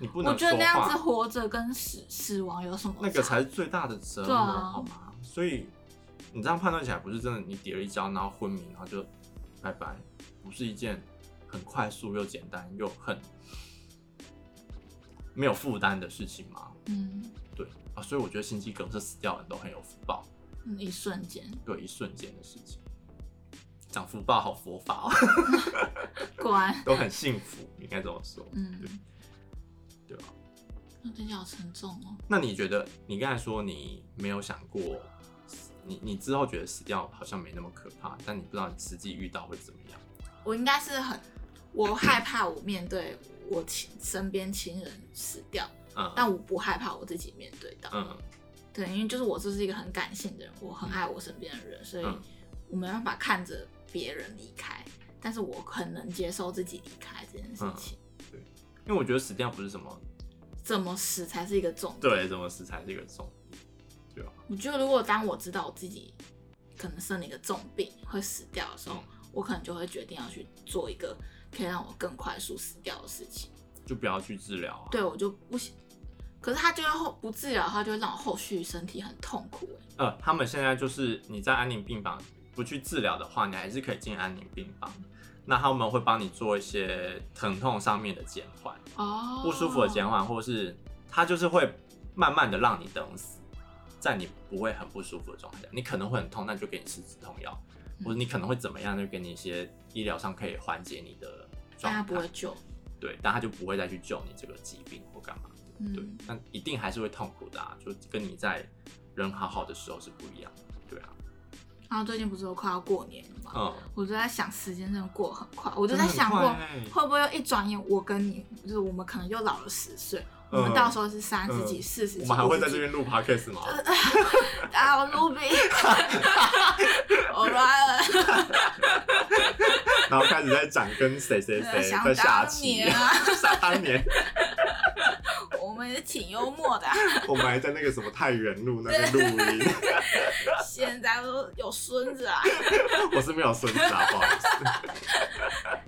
Speaker 2: 你不
Speaker 1: 啊我
Speaker 2: 能
Speaker 1: 觉
Speaker 2: 说
Speaker 1: 得那样子
Speaker 2: 话，
Speaker 1: 活着跟死死亡有什么
Speaker 2: 那个
Speaker 1: 差
Speaker 2: 才是最大的折
Speaker 1: 对
Speaker 2: 磨，
Speaker 1: 啊
Speaker 2: 好吗？所以你这样判断起来，不是真的你跌了一跤，然后昏迷，然后就拜拜，不是一件很快速又简单又很没有负担的事情吗？
Speaker 1: 嗯，
Speaker 2: 对啊，所以我觉得心肌梗塞死掉的人都很有福报，
Speaker 1: 嗯一瞬间
Speaker 2: 对，一瞬间的事情。讲福报好佛法哦，
Speaker 1: 果然，
Speaker 2: 都很幸福，应该这么说，
Speaker 1: 嗯
Speaker 2: 对，对
Speaker 1: 啊
Speaker 2: 吧？
Speaker 1: 那这好沉重哦。
Speaker 2: 那你觉得你刚才说你没有想过，你你之后觉得死掉好像没那么可怕，但你不知道你实际遇到会怎么样？
Speaker 1: 我应该是很，我害怕我面对我亲身边亲人死掉，
Speaker 2: 嗯
Speaker 1: 但我不害怕我自己面对到。
Speaker 2: 嗯
Speaker 1: 对，因为就是我就是一个很感性的人，我很爱我身边的人，所以
Speaker 2: 嗯
Speaker 1: 我没办法看着别人离开，但是我很能接受自己离开这件事情。
Speaker 2: 因为我觉得死掉不是什么
Speaker 1: 怎么死才是一个重点？
Speaker 2: 对什么死才是一个重点，对吧？
Speaker 1: 我觉得如果当我知道我自己可能生了一个重病会死掉的时候，
Speaker 2: 嗯
Speaker 1: 我可能就会决定要去做一个可以让我更快速死掉的事情。
Speaker 2: 就不要去治疗啊。
Speaker 1: 对我就不行。可是他就会后不治疗，他就会让我后续身体很痛苦、欸。
Speaker 2: 呃，他们现在就是你在安宁病房不去治疗的话，你还是可以进安宁病房。那他们会帮你做一些疼痛上面的减缓，
Speaker 1: 哦
Speaker 2: 不舒服的减缓，或是它就是会慢慢的让你等死，在你不会很不舒服的状态下，你可能会很痛，那就给你吃止痛药，
Speaker 1: 嗯
Speaker 2: 或者你可能会怎么样，就给你一些医疗上可以缓解你的
Speaker 1: 但他
Speaker 2: 状
Speaker 1: 不会
Speaker 2: 态，
Speaker 1: 救。
Speaker 2: 对，但他就不会再去救你这个疾病或干嘛的。
Speaker 1: 嗯
Speaker 2: 对，但一定还是会痛苦的啊，就跟你在人好好的时候是不一样的，对啊，
Speaker 1: 然后最近不是都快要过年了嘛，
Speaker 2: 嗯，
Speaker 1: 我就在想时间真的过很快，我就在
Speaker 2: 真的很
Speaker 1: 想过
Speaker 2: 快欸
Speaker 1: 会不会又一转眼我跟你就是我们可能又老了十岁，我
Speaker 2: 嗯
Speaker 1: 们到时候是三十几、
Speaker 2: 嗯
Speaker 1: 四十几，
Speaker 2: 我们还会在
Speaker 1: 50
Speaker 2: 这
Speaker 1: 几
Speaker 2: 边录 podcast 吗？
Speaker 1: 啊，卢 比，我来了，
Speaker 2: 然后开始在讲跟谁谁 谁
Speaker 1: 想
Speaker 2: 在哎下
Speaker 1: 当
Speaker 2: 棋
Speaker 1: 年，啊，
Speaker 2: 想当年，
Speaker 1: 我们也挺幽默的啊、
Speaker 2: 我们还在那个什么太原路那边录音，
Speaker 1: 现在都有孙子啊。
Speaker 2: 我是没有孙子啊，不好意思，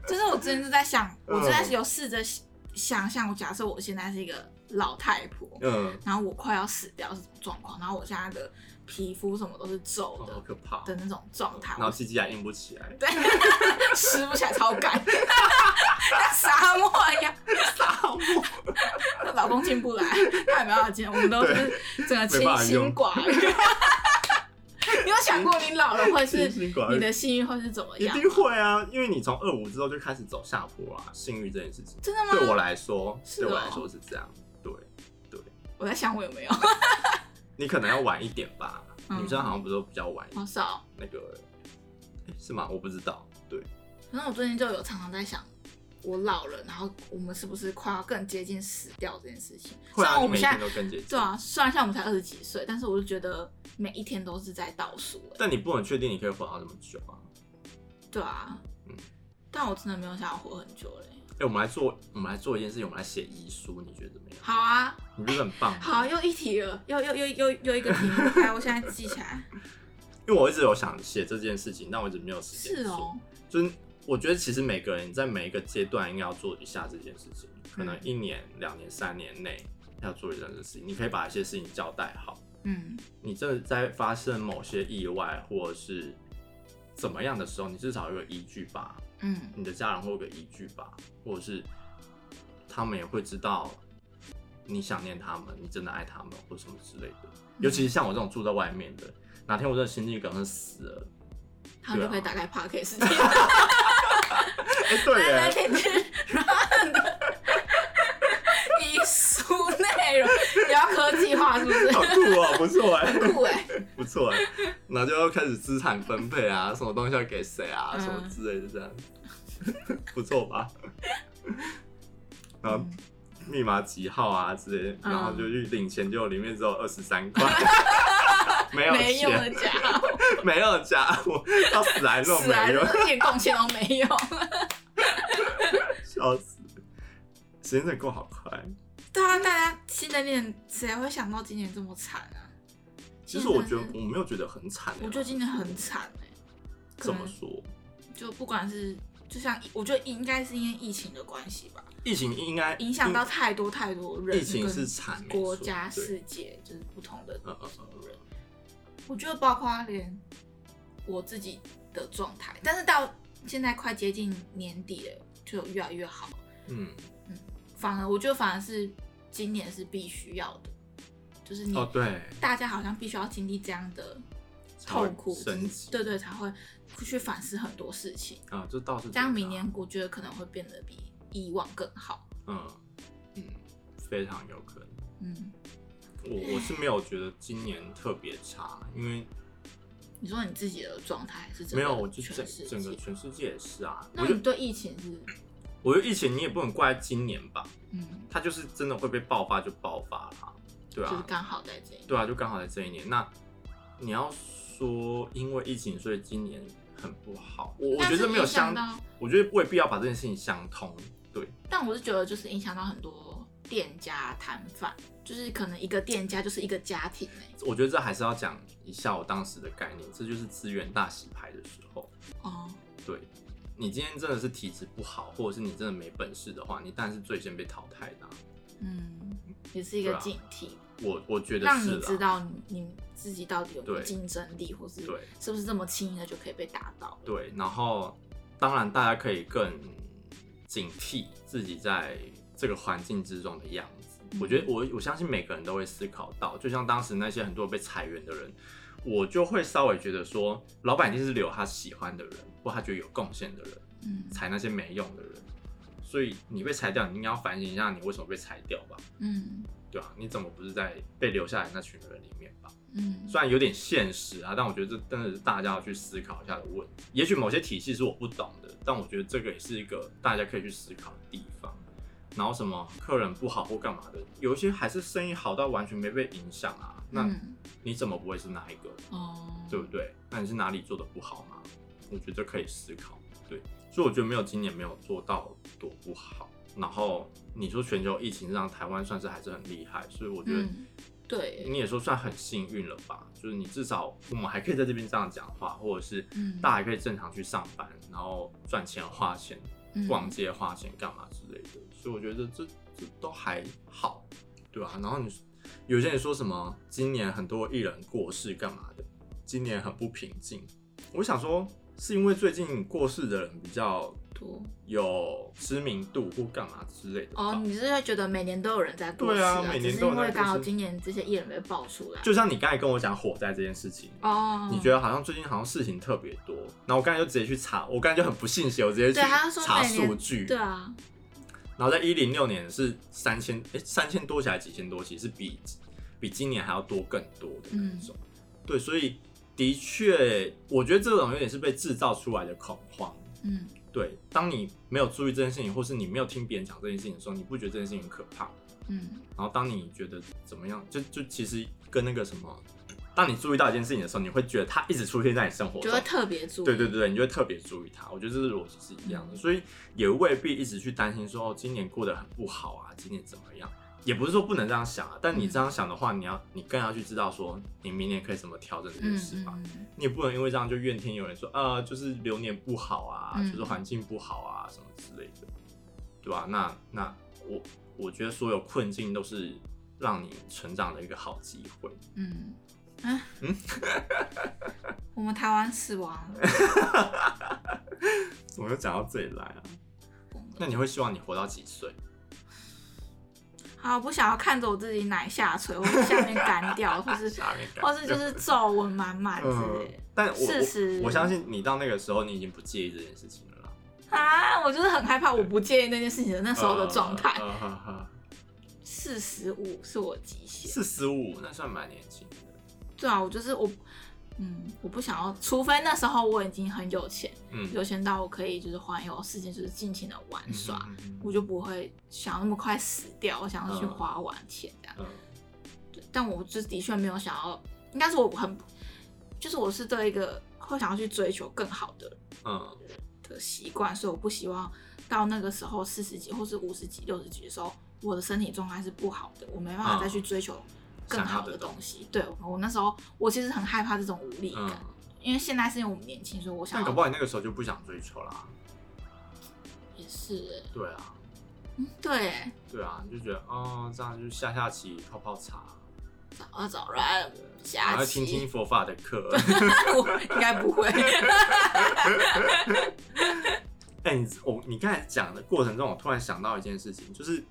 Speaker 1: 就是我之前就在想，
Speaker 2: 嗯
Speaker 1: 我真的是有试着想象，我假设我现在是一个老太婆，
Speaker 2: 嗯，
Speaker 1: 然后我快要死掉是什么状况，然后我现在的皮肤什么都是皱
Speaker 2: 哦好
Speaker 1: 的
Speaker 2: 可怕，
Speaker 1: 的那种状态，
Speaker 2: 然后鸡鸡还硬不起来，
Speaker 1: 对，吃不起来超干， 像沙漠一样，
Speaker 2: 沙
Speaker 1: 啊
Speaker 2: 漠，
Speaker 1: 老公进 不来，他也没办法进，我们都是整个清
Speaker 2: 没办法
Speaker 1: 心
Speaker 2: 用
Speaker 1: 寡欲。 你有想过你老了会是
Speaker 2: 清心寡欲
Speaker 1: 你的性欲会是怎么
Speaker 2: 一
Speaker 1: 样？
Speaker 2: 定会啊，因为你从二五之后就开始走下坡啦，性欲这件事情，
Speaker 1: 真的吗？
Speaker 2: 对我来说，
Speaker 1: 是
Speaker 2: 对我
Speaker 1: 哦
Speaker 2: 来说是这样，对对，
Speaker 1: 我在想我有没有，
Speaker 2: 你可能要晚一点吧，
Speaker 1: 嗯
Speaker 2: 女生好像不是都比较晚，
Speaker 1: 好少。
Speaker 2: 那个诶是吗？我不知道，对，
Speaker 1: 然后我最近就有常常在想，我老了，然后我们是不是快要更接近死掉这件事情？虽
Speaker 2: 会
Speaker 1: 然
Speaker 2: 啊，
Speaker 1: 我
Speaker 2: 你
Speaker 1: 们
Speaker 2: 每
Speaker 1: 现
Speaker 2: 天
Speaker 1: 在
Speaker 2: 都跟姐姐
Speaker 1: 对。啊，虽然现在我们才二十几岁，但是我就觉得每一天都是在倒数、欸，
Speaker 2: 但你不能确定你可以活到这么久啊！
Speaker 1: 对啊，
Speaker 2: 嗯
Speaker 1: 但我真的没有想要活很久嘞、欸
Speaker 2: 哎、我们来做，我们来做一件事情，我们来写遗书，你觉得怎么样？
Speaker 1: 好啊，
Speaker 2: 你不是很棒吗？
Speaker 1: 好，又一题了，又又又又又一个题 目，来，我现在记起来。
Speaker 2: 因为我一直有想写这件事情，但我一直没有时间
Speaker 1: 是
Speaker 2: 做。
Speaker 1: 哦，
Speaker 2: 就是我觉得其实每个人在每一个阶段应该要做一下这件事情，可能一年、两年、三年内要做一件事情，你可以把一些事情交代好。
Speaker 1: 嗯
Speaker 2: 你真的在发生某些意外或者是怎么样的时候，你至少有个依据吧，
Speaker 1: 嗯
Speaker 2: 你的家人会有个依据吧，或者是他们也会知道你想念他们，你真的爱他们，或什么之类的。尤其是像我这种住在外面的，哪天我真的心肌梗塞死了，
Speaker 1: 他们就
Speaker 2: 对啊
Speaker 1: 可以打开 podcast 听，
Speaker 2: 哎、对
Speaker 1: 来来
Speaker 2: 耶，
Speaker 1: 听听 Ryan 的遗书内容，比较科技化是不是？
Speaker 2: 好酷哦、不错哎、
Speaker 1: 酷哎、
Speaker 2: 不错哎、然后就要开始资产分配啊，什么东西要给谁啊，
Speaker 1: 嗯
Speaker 2: 什么之类的这样， 不错吧？然后密码几号啊之类的，
Speaker 1: 嗯
Speaker 2: 然后就去领钱，结果里面只有二十 三块，没有
Speaker 1: 没用的
Speaker 2: 钱，
Speaker 1: 家伙，
Speaker 2: 没有家伙，到死还弄
Speaker 1: 死啊，
Speaker 2: 没有，
Speaker 1: 一点贡献都没有。
Speaker 2: 笑死！时间真的过好快。
Speaker 1: 对啊，大家新的一年谁会想到今年这么惨啊？
Speaker 2: 其实我觉
Speaker 1: 今
Speaker 2: 得
Speaker 1: 年真的
Speaker 2: 我没有觉得很惨
Speaker 1: 嗯
Speaker 2: 欸、
Speaker 1: 是，我觉得今年很惨哎、可
Speaker 2: 怎
Speaker 1: 能
Speaker 2: 么说？
Speaker 1: 就不管是就像我觉得应该是因为疫情的关系吧，
Speaker 2: 疫情应该
Speaker 1: 影响到太多太多人，
Speaker 2: 疫情是惨没错
Speaker 1: 国家、
Speaker 2: 对
Speaker 1: 世界就是不同的
Speaker 2: 嗯嗯嗯
Speaker 1: 人。我觉得包括连我自己的状态，但是到现在快接近年底了，就越来越好。
Speaker 2: 嗯
Speaker 1: 反而我觉得反而是今年是必须要的，就是你、
Speaker 2: 哦对，
Speaker 1: 大家好像必须要经历这样的
Speaker 2: 才会
Speaker 1: 痛苦，
Speaker 2: 升级
Speaker 1: 对对，才会去反思很多事情。
Speaker 2: 啊，这倒是
Speaker 1: 这样
Speaker 2: 真的
Speaker 1: 明
Speaker 2: 啊
Speaker 1: 年我觉得可能会变得比以往更好。
Speaker 2: 嗯，嗯，非常有可能。
Speaker 1: 嗯，
Speaker 2: 我我是没有觉得今年特别差，因为
Speaker 1: 你说你自己的状态是怎
Speaker 2: 没
Speaker 1: 么？
Speaker 2: 有，我就整
Speaker 1: 全世
Speaker 2: 整个
Speaker 1: 界。
Speaker 2: 全世界也是啊。
Speaker 1: 那
Speaker 2: 我就
Speaker 1: 你对疫情是
Speaker 2: 我觉得疫情你也不能怪今年吧，
Speaker 1: 嗯，
Speaker 2: 它就是真的会被爆发就爆发啦，对
Speaker 1: 就是
Speaker 2: 啊，
Speaker 1: 刚好在这一
Speaker 2: 对啊，就刚好在这一年。那你要说因为疫情，所以今年很不好，我我
Speaker 1: 但
Speaker 2: 觉
Speaker 1: 是
Speaker 2: 得没有
Speaker 1: 影响
Speaker 2: 相，
Speaker 1: 到，
Speaker 2: 我觉得未必要把这件事情相通。对，
Speaker 1: 但我是觉得就是影响到很多店家摊贩，就是可能一个店家就是一个家庭哎、
Speaker 2: 我觉得这还是要讲一下我当时的概念，这就是资源大洗牌的时候。
Speaker 1: 哦，
Speaker 2: 对，你今天真的是体质不好，或者是你真的没本事的话，你当然是最先被淘汰的啊、
Speaker 1: 嗯，也是一个
Speaker 2: 对啊
Speaker 1: 警惕，
Speaker 2: 我我觉得
Speaker 1: 让
Speaker 2: 是
Speaker 1: 你
Speaker 2: 啦
Speaker 1: 知道你你自己到底有没有
Speaker 2: 对
Speaker 1: 竞争力，或是
Speaker 2: 对
Speaker 1: 是不是这么轻易的就可以被打倒。
Speaker 2: 对，然后当然大家可以更警惕自己在这个环境之中的样子。
Speaker 1: 嗯
Speaker 2: 我觉得我我相信每个人都会思考到，就像当时那些很多被裁员的人，我就会稍微觉得说，老板一定是留他喜欢的人，或他觉得有贡献的人，
Speaker 1: 嗯，
Speaker 2: 裁那些没用的人。所以你被裁掉，你应该要反省一下你为什么被裁掉吧，
Speaker 1: 嗯
Speaker 2: 对吧、你怎么不是在被留下来那群人里面吧？
Speaker 1: 嗯，
Speaker 2: 虽然有点现实啊，但我觉得这真的是大家要去思考一下的问题。也许某些体系是我不懂的，但我觉得这个也是一个大家可以去思考的地方。然后什么客人不好或干嘛的，有一些还是生意好到完全没被影响啊。那
Speaker 1: 嗯
Speaker 2: 你怎么不会是哪一个，
Speaker 1: 哦，
Speaker 2: 对不对？那你是哪里做的不好吗？我觉得可以思考。对，所以我觉得没有今年没有做到多不好。然后你说全球疫情让台湾算是还是很厉害，所以我觉得
Speaker 1: 嗯对，
Speaker 2: 你也说算很幸运了吧？就是你至少我们还可以在这边这样讲话，或者是
Speaker 1: 嗯
Speaker 2: 大家还可以正常去上班，然后赚钱花钱、
Speaker 1: 嗯
Speaker 2: 逛街花钱干嘛之类的。所以我觉得这这都还好，对吧、然后你有些人说什么今年很多艺人过世干嘛的，今年很不平静。我想说，是因为最近过世的人比较
Speaker 1: 多
Speaker 2: 有知名度或干嘛之类的吧。
Speaker 1: 哦，你是会觉得每年都有人在过世
Speaker 2: 对啊每
Speaker 1: 只
Speaker 2: 年
Speaker 1: 是
Speaker 2: 都有
Speaker 1: 因
Speaker 2: 人在
Speaker 1: 为刚好
Speaker 2: 过世
Speaker 1: 今年这些艺人被爆出来，
Speaker 2: 就像你刚才跟我讲火灾这件事情，
Speaker 1: 哦，
Speaker 2: 你觉得好像最近好像事情特别多，然后我刚才就直接去查，我刚才就很不信邪，我直接去
Speaker 1: 对他就说
Speaker 2: 查
Speaker 1: 每年
Speaker 2: 数据，
Speaker 1: 对啊，
Speaker 2: 然后在一零六年是三千，哎，三千多起还是几千多起，是比比今年还要多更多的
Speaker 1: 嗯
Speaker 2: 那种，对，所以的确，我觉得这种有点是被制造出来的恐慌。
Speaker 1: 嗯
Speaker 2: 对，当你没有注意这件事情，或是你没有听别人讲这件事情的时候，你不觉得这件事情很可怕，
Speaker 1: 嗯
Speaker 2: 然后当你觉得怎么样，就就其实跟那个什么，当你注意到一件事情的时候，你会觉得它一直出现在你生活
Speaker 1: 就
Speaker 2: 中
Speaker 1: 会，特别注意，
Speaker 2: 对对对对，你就会特别注意它。我觉得这是逻辑是一样
Speaker 1: 嗯
Speaker 2: 的，所以也未必一直去担心说哦，今年过得很不好啊，今年怎么样？也不是说不能这样想啊，但你这样想的话，你要你更要去知道说你明年可以怎么调整这件
Speaker 1: 嗯，
Speaker 2: 事吧。
Speaker 1: 嗯嗯
Speaker 2: 你也不能因为这样就怨天尤人说，啊，就是流年不好啊，
Speaker 1: 嗯
Speaker 2: 就是环境不好啊，什么之类的，对吧、那那我我觉得所有困境都是让你成长的一个好机会。
Speaker 1: 嗯，哎， 我们台湾死亡了，
Speaker 2: 我又讲到这里来啊，那你会希望你活到几岁？
Speaker 1: 好，我不想要看着我自己奶下垂，或是下面干掉，或 是
Speaker 2: 下面感觉
Speaker 1: 或是就是皱纹满满之
Speaker 2: 嗯
Speaker 1: 类，
Speaker 2: 但我
Speaker 1: 事实
Speaker 2: 我我相信你到那个时候，你已经不介意这件事情了啦。
Speaker 1: 的。啊，我就是很害怕，我不介意那件事情的那时候的状
Speaker 2: 嗯
Speaker 1: 态。四十五是我极限。
Speaker 2: 四十五，那算蛮年轻的。
Speaker 1: 对啊，我就是我，嗯，我不想要，除非那时候我已经很有钱，
Speaker 2: 嗯，
Speaker 1: 有钱到我可以就是环游世界，就是尽情的玩耍，
Speaker 2: 嗯，嗯
Speaker 1: 我就不会想那么快死掉，我想要去花完钱这样。
Speaker 2: 嗯
Speaker 1: 对，但我就是的确没有想要，应该是我很，就是我是对一个会想要去追求更好的
Speaker 2: 嗯
Speaker 1: 的习惯，所以我不希望到那个时候四十几或是五十几、六十几的时候，我的身体状态是不好的，我没办法
Speaker 2: 嗯
Speaker 1: 再去追求更好的东西。对我那时候，我其实很害怕这种无力感，
Speaker 2: 嗯，
Speaker 1: 因为现在是因为我们年轻，所以我想
Speaker 2: 但搞
Speaker 1: 要
Speaker 2: 不好你那个时候就不想追求啦。
Speaker 1: 也是欸，
Speaker 2: 对啊，
Speaker 1: 嗯，对欸，
Speaker 2: 对啊，你就觉得哦，这样就下下棋、泡泡茶，
Speaker 1: 早要啊早来
Speaker 2: 然
Speaker 1: 下
Speaker 2: 后
Speaker 1: 棋，
Speaker 2: 听听佛法的课。
Speaker 1: 我 应该不会。
Speaker 2: 哎、你我你刚才讲的过程中，我突然想到一件事情，就是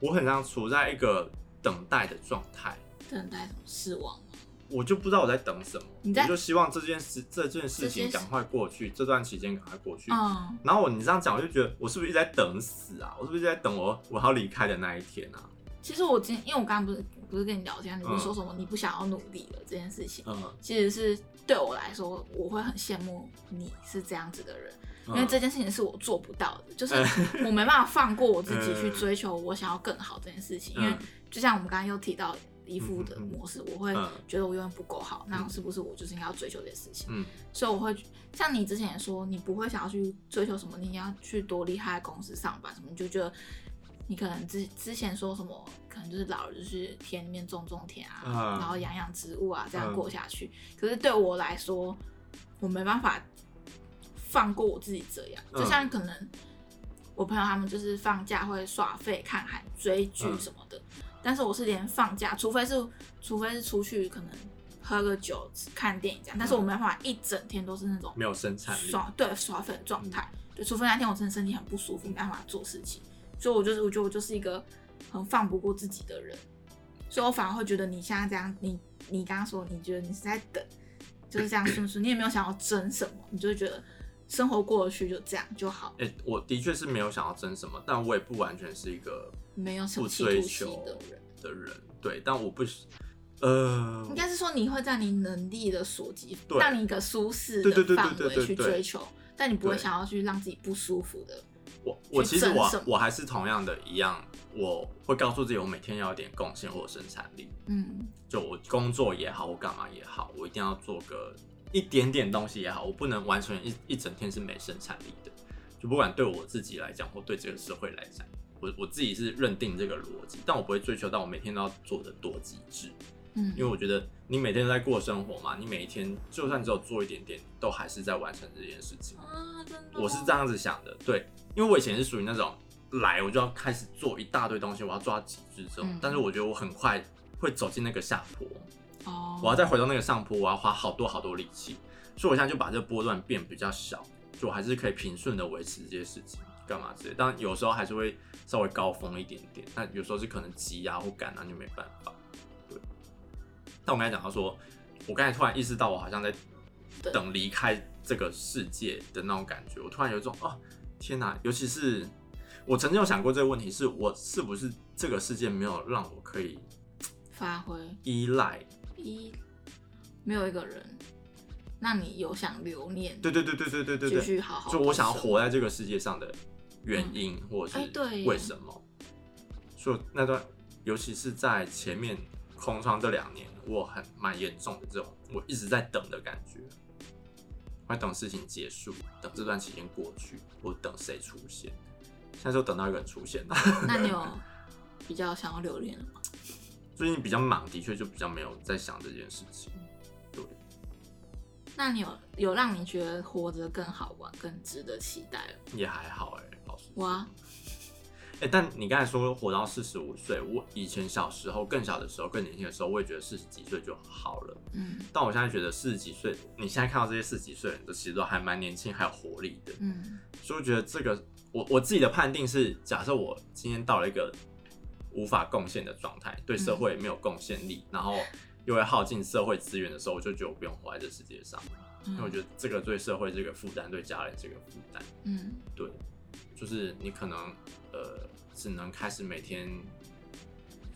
Speaker 2: 我很常处在一个等待的状态。
Speaker 1: 等待什么失望吗？
Speaker 2: 我就不知道我在等什么，
Speaker 1: 你在
Speaker 2: 我就希望这件事这件事
Speaker 1: 这件
Speaker 2: 情
Speaker 1: 事
Speaker 2: 赶快过去，这段期间赶快过去。
Speaker 1: 嗯，
Speaker 2: 然后我你这样讲，我就觉得我是不是一直在等死啊？我是不是一直在等我我要离开的那一天啊？
Speaker 1: 其实我今因为我刚刚不是不是跟你聊天，你不
Speaker 2: 嗯
Speaker 1: 是说什么你不想要努力了这件事情，
Speaker 2: 嗯，
Speaker 1: 其实是对我来说，我会很羡慕你是这样子的人，因
Speaker 2: 嗯
Speaker 1: 为这件事情是我做不到的，就是 我没办法放过我自己去追求我想要更好这件事情，因为
Speaker 2: 嗯
Speaker 1: 就像我们刚刚又提到依附的
Speaker 2: 嗯嗯嗯
Speaker 1: 模式，我会
Speaker 2: 嗯
Speaker 1: 觉得我永远不够好，那是不是我就是应该要追求这件事情？
Speaker 2: 嗯
Speaker 1: 所以我会像你之前也说，你不会想要去追求什么，你要去多厉害的公司上班什么，你就觉得你可能之之前说什么，可能就是老了就是田里面种种田啊，
Speaker 2: 嗯
Speaker 1: 然后养养植物啊，这
Speaker 2: 嗯
Speaker 1: 样过下去。可是对我来说，我没办法放过我自己这样，
Speaker 2: 嗯
Speaker 1: 就像可能我朋友他们就是放假会耍废、看韩、追剧什么的。但是我是连放假，除非是除非是出去可能喝个酒、看电影这样，但是我没办法一整天都是那种
Speaker 2: 没有生产嗯力，
Speaker 1: 耍对耍粉的状态，对，除非那天我真的身体很不舒服，没办法做事情，所以我就是我觉得我就是一个很放不过自己的人，所以我反而会觉得你现在这样，你你刚刚说你觉得你是在等，就是这样顺顺，你也没有想要争什么，你就会觉得生活过得去就这样就好，
Speaker 2: 哎、我的确是没有想要争什么，但我也不完全是一个
Speaker 1: 没有什
Speaker 2: 不
Speaker 1: 么企
Speaker 2: 追
Speaker 1: 图心
Speaker 2: 求
Speaker 1: 的人。
Speaker 2: 的人，对，但我不，呃
Speaker 1: 应，该是说你会在你能力的所及，
Speaker 2: 对
Speaker 1: 让你一个舒适
Speaker 2: 对对
Speaker 1: 的
Speaker 2: 对对
Speaker 1: 范
Speaker 2: 对对
Speaker 1: 围去
Speaker 2: 对
Speaker 1: 追求，但你不会
Speaker 2: 对
Speaker 1: 想要去让自己不舒服的。
Speaker 2: 我我
Speaker 1: 去
Speaker 2: 其实
Speaker 1: 争
Speaker 2: 我
Speaker 1: 什么
Speaker 2: 我还是同样的一样，我会告诉自己，我每天要有点贡献或生产力，
Speaker 1: 嗯，
Speaker 2: 就我工作也好，我干嘛也好，我一定要做个一点点东西也好，我不能完全一一整天是没生产力的。就不管对我自己来讲，或对这个社会来讲，我我自己是认定这个逻辑，但我不会追求到我每天都要做的多极致，
Speaker 1: 嗯，
Speaker 2: 因为我觉得你每天都在过生活嘛，你每一天就算只有做一点点，都还是在完成这件事情。
Speaker 1: 啊，真的吗，
Speaker 2: 我是这样子想的，对，因为我以前是属于那种来我就要开始做一大堆东西，我要做到极致这种，
Speaker 1: 嗯
Speaker 2: 但是我觉得我很快会走进那个下坡，
Speaker 1: 哦，
Speaker 2: 我要再回到那个上坡，我要花好多好多力气，所以我现在就把这个波段变比较小，就我还是可以平顺的维持这些事情，干嘛之类，但有时候还是会稍微高峰一点点，但有时候是可能急啊或赶啊就没办法，对。但我刚才讲到说，我刚才突然意识到我好像在
Speaker 1: 对
Speaker 2: 等离开这个世界的那种感觉，我突然有一种哦天哪，尤其是我曾经有想过这个问题，是我是不是这个世界没有让我可以
Speaker 1: 发挥
Speaker 2: 依赖
Speaker 1: 一，没有一个人让你有想留念，
Speaker 2: 对对对对对对对对，
Speaker 1: 继续好好
Speaker 2: 就我
Speaker 1: 地
Speaker 2: 想要
Speaker 1: 生
Speaker 2: 活在这个世界上的原因，或者
Speaker 1: 哎对
Speaker 2: 是
Speaker 1: 耶
Speaker 2: 为什么？所以那段，尤其是在前面空窗这两年，我很蛮严重的这种，我一直在等的感觉，我在等事情结束，等这段期间过去，我等谁出现。现在就等到一个人出现了，
Speaker 1: 那你有比较想要留恋的吗？
Speaker 2: 最近比较忙，的确就比较没有在想这件事情。
Speaker 1: 那你有有让你觉得活着更好玩、更值得期待了吗？
Speaker 2: 也还好哎、老师。
Speaker 1: 哇，
Speaker 2: 哎、但你刚才说活到四十五岁，我以前小时候更小的时候、更年轻的时候，我也觉得四十几岁就好了。
Speaker 1: 嗯
Speaker 2: 但我现在觉得四十几岁，你现在看到这些四十几岁的人，都其实都还蛮年轻，还有活力的。
Speaker 1: 嗯
Speaker 2: 所以我觉得这个，我我自己的判定是，假设我今天到了一个无法贡献的状态，对社会没有贡献
Speaker 1: 嗯
Speaker 2: 力，然后又会耗尽社会资源的时候，我就觉得我不用活在这世界上，因为我觉
Speaker 1: 嗯
Speaker 2: 得这个对社会这个负担，对家人这个负担。
Speaker 1: 嗯，
Speaker 2: 对，就是你可能呃，只能开始每天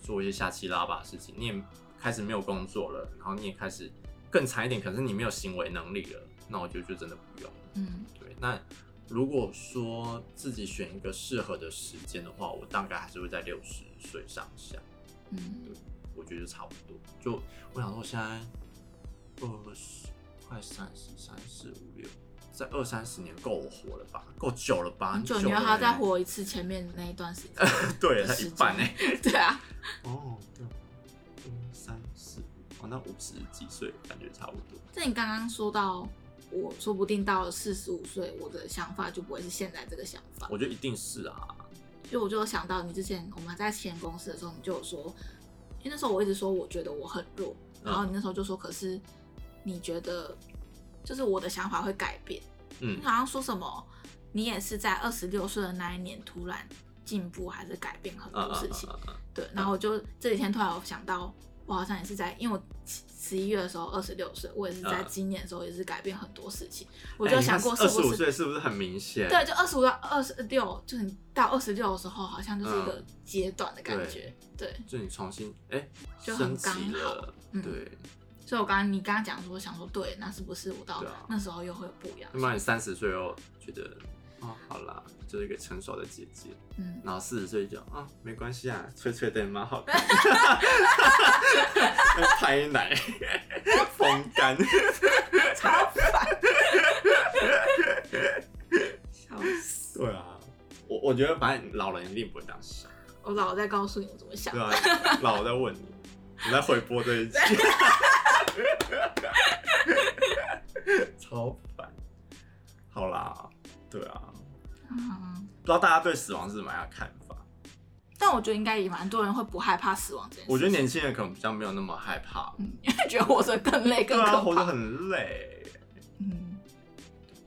Speaker 2: 做一些下棋拉吧的事情，你也开始没有工作了，然后你也开始更惨一点，可是你没有行为能力了，那我觉得就真的不用。
Speaker 1: 嗯，
Speaker 2: 对，那如果说自己选一个适合的时间的话，我大概还是会在六十岁上下，
Speaker 1: 嗯，
Speaker 2: 我觉得就差不多。就我想说，现在二十快三十，三四五六。在二三十年够我活了吧？够久了吧？
Speaker 1: 很久，
Speaker 2: 久
Speaker 1: 你要
Speaker 2: 了
Speaker 1: 还要再
Speaker 2: 欸
Speaker 1: 活一次前面的那一段时间
Speaker 2: 对，
Speaker 1: 的
Speaker 2: 才
Speaker 1: 时
Speaker 2: 一
Speaker 1: 间
Speaker 2: 半哎。，
Speaker 1: 对啊，
Speaker 2: 哦，对，一三四五，哦，那五十几岁感觉差不多。
Speaker 1: 这你刚刚说到，我说不定到了四十五岁，我的想法就不会是现在这个想法。
Speaker 2: 我觉得一定是啊，
Speaker 1: 所以我就有想到你之前我们在前公司的时候，你就有说，因为那时候我一直说我觉得我很弱，然
Speaker 2: 嗯
Speaker 1: 后你那时候就说，可是你觉得就是我的想法会改变。
Speaker 2: 嗯
Speaker 1: 你，好像说什么，你也是在二十六岁的那一年突然进步还是改变很
Speaker 2: 嗯
Speaker 1: 多事情。
Speaker 2: 嗯嗯
Speaker 1: 对，然后我就这几天突然有想到，我好像也是在，因为我十一月的时候二十六岁，我也是在
Speaker 2: 嗯
Speaker 1: 今年的时候也是改变很多事情，我
Speaker 2: 我
Speaker 1: 就想过是
Speaker 2: 哎二十
Speaker 1: 不
Speaker 2: 五
Speaker 1: 是、
Speaker 2: 岁是不是很明显？
Speaker 1: 对，就二十五到二十六，就是你到二十六的时候，好像就是一个
Speaker 2: 嗯
Speaker 1: 阶段的感觉。对，
Speaker 2: 就你重新哎
Speaker 1: 就
Speaker 2: 升
Speaker 1: 很
Speaker 2: 级
Speaker 1: 刚好
Speaker 2: 了，
Speaker 1: 嗯
Speaker 2: 对，
Speaker 1: 所以我刚刚你刚刚讲说，想说对，那是不是我到
Speaker 2: 对啊
Speaker 1: 那时候又会有不一样
Speaker 2: 那？么你三十岁后觉得。哦，好啦，就是一个成熟的姐姐，
Speaker 1: 嗯，
Speaker 2: 然后四十岁就啊、没关系啊，吹吹的也 蛮好看的，拍奶，风干，
Speaker 1: 超烦，笑死！
Speaker 2: 对啊，我我觉得反正老人一定不会这样想，
Speaker 1: 我老在告诉你我怎么想
Speaker 2: 对。啊，老在问你，你在回播这一集， 超烦。好啦，对啊，
Speaker 1: 嗯，
Speaker 2: 不知道大家对死亡是什么样的看法？
Speaker 1: 但我觉得应该也蛮多人会不害怕死亡这件事情。
Speaker 2: 我觉得年轻人可能比较没有那么害怕，
Speaker 1: 嗯，因 为觉得活着更累、更
Speaker 2: 对啊，
Speaker 1: 可
Speaker 2: 活
Speaker 1: 怕。
Speaker 2: 得很累。
Speaker 1: 嗯，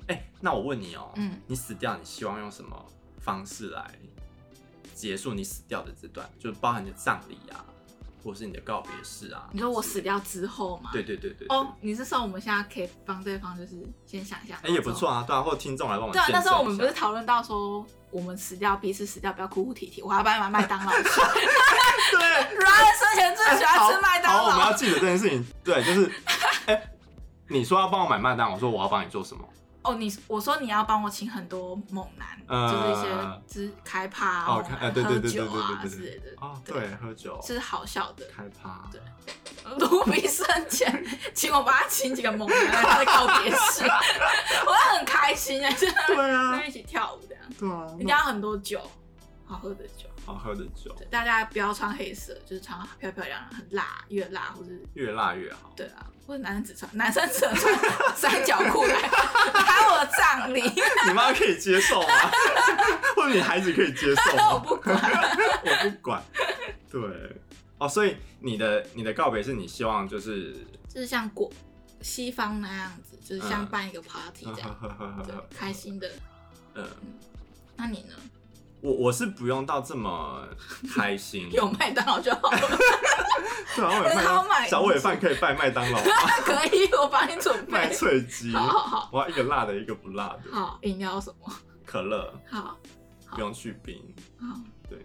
Speaker 2: 哎、那我问你哦、
Speaker 1: 嗯
Speaker 2: 你死掉，你希望用什么方式来结束你死掉的这段？就是包含你的葬礼啊，或是你的告别式啊。
Speaker 1: 你说我死掉之后吗？
Speaker 2: 对？对对对对。
Speaker 1: 哦，你是说我们现在可以帮对方就是先想象，
Speaker 2: 哎、也不错。啊，对啊，或者听众来帮我们
Speaker 1: 对啊，
Speaker 2: 见
Speaker 1: 那时候
Speaker 2: 证
Speaker 1: 我们
Speaker 2: 一
Speaker 1: 不是
Speaker 2: 下
Speaker 1: 讨论到说，我们死掉彼此死掉，不要哭哭啼啼。我还要帮你买麦 当劳吃。
Speaker 2: 对，
Speaker 1: Ryan 生前最喜欢吃麦当
Speaker 2: 哎好，好我们
Speaker 1: 劳
Speaker 2: 要。记得这件事情。对，就是，哎、你说要帮我买麦当劳，我说我要帮你做什么？
Speaker 1: 哦，你我说你要帮我请很多猛男，
Speaker 2: 呃
Speaker 1: 就是一些就是开趴啊、
Speaker 2: 哦
Speaker 1: 猛
Speaker 2: 开
Speaker 1: 男
Speaker 2: 呃对对对
Speaker 1: 喝酒啊
Speaker 2: 对对对对对
Speaker 1: 之类的，
Speaker 2: 哦，对，喝酒，
Speaker 1: 是好笑啊的。
Speaker 2: 开趴，
Speaker 1: 对卢比生前，请我帮他请几个猛男来他的告别式， 我很开心哎， 就在
Speaker 2: 对
Speaker 1: 那
Speaker 2: 啊
Speaker 1: 边，一起跳舞这样，
Speaker 2: 对啊，
Speaker 1: 一定要很多酒，好喝的酒。
Speaker 2: 好喝的酒，
Speaker 1: 对，大家不要穿黑色，就是穿漂漂亮亮，很辣，越辣或者
Speaker 2: 越辣越好。
Speaker 1: 对啊，或者男生只穿男生只能穿三角裤来 来我的葬礼，
Speaker 2: 你妈可以接受吗？ 或者你孩子可以接 受
Speaker 1: 我
Speaker 2: 吗？
Speaker 1: 不管。
Speaker 2: 我不管。对，哦，所以你的你的告别是你希望就是，
Speaker 1: 就是像国西方那样子，就是像
Speaker 2: 嗯
Speaker 1: 办一个 party 这样，对，开心的。
Speaker 2: 嗯，
Speaker 1: 那你呢？
Speaker 2: 我我是不用到这么开心，
Speaker 1: 有麦当劳就好了，
Speaker 2: 对啊，我有麦当
Speaker 1: 很好买
Speaker 2: 小尾饭可以拜麦当劳 吗，
Speaker 1: 可以，我帮你准
Speaker 2: 卖
Speaker 1: 备。
Speaker 2: 脆鸡，
Speaker 1: 好好好
Speaker 2: 我要一个辣的，一个不辣的，
Speaker 1: 好，饮料什么？
Speaker 2: 可乐
Speaker 1: 好，好
Speaker 2: 不用去冰，
Speaker 1: 好，
Speaker 2: 对，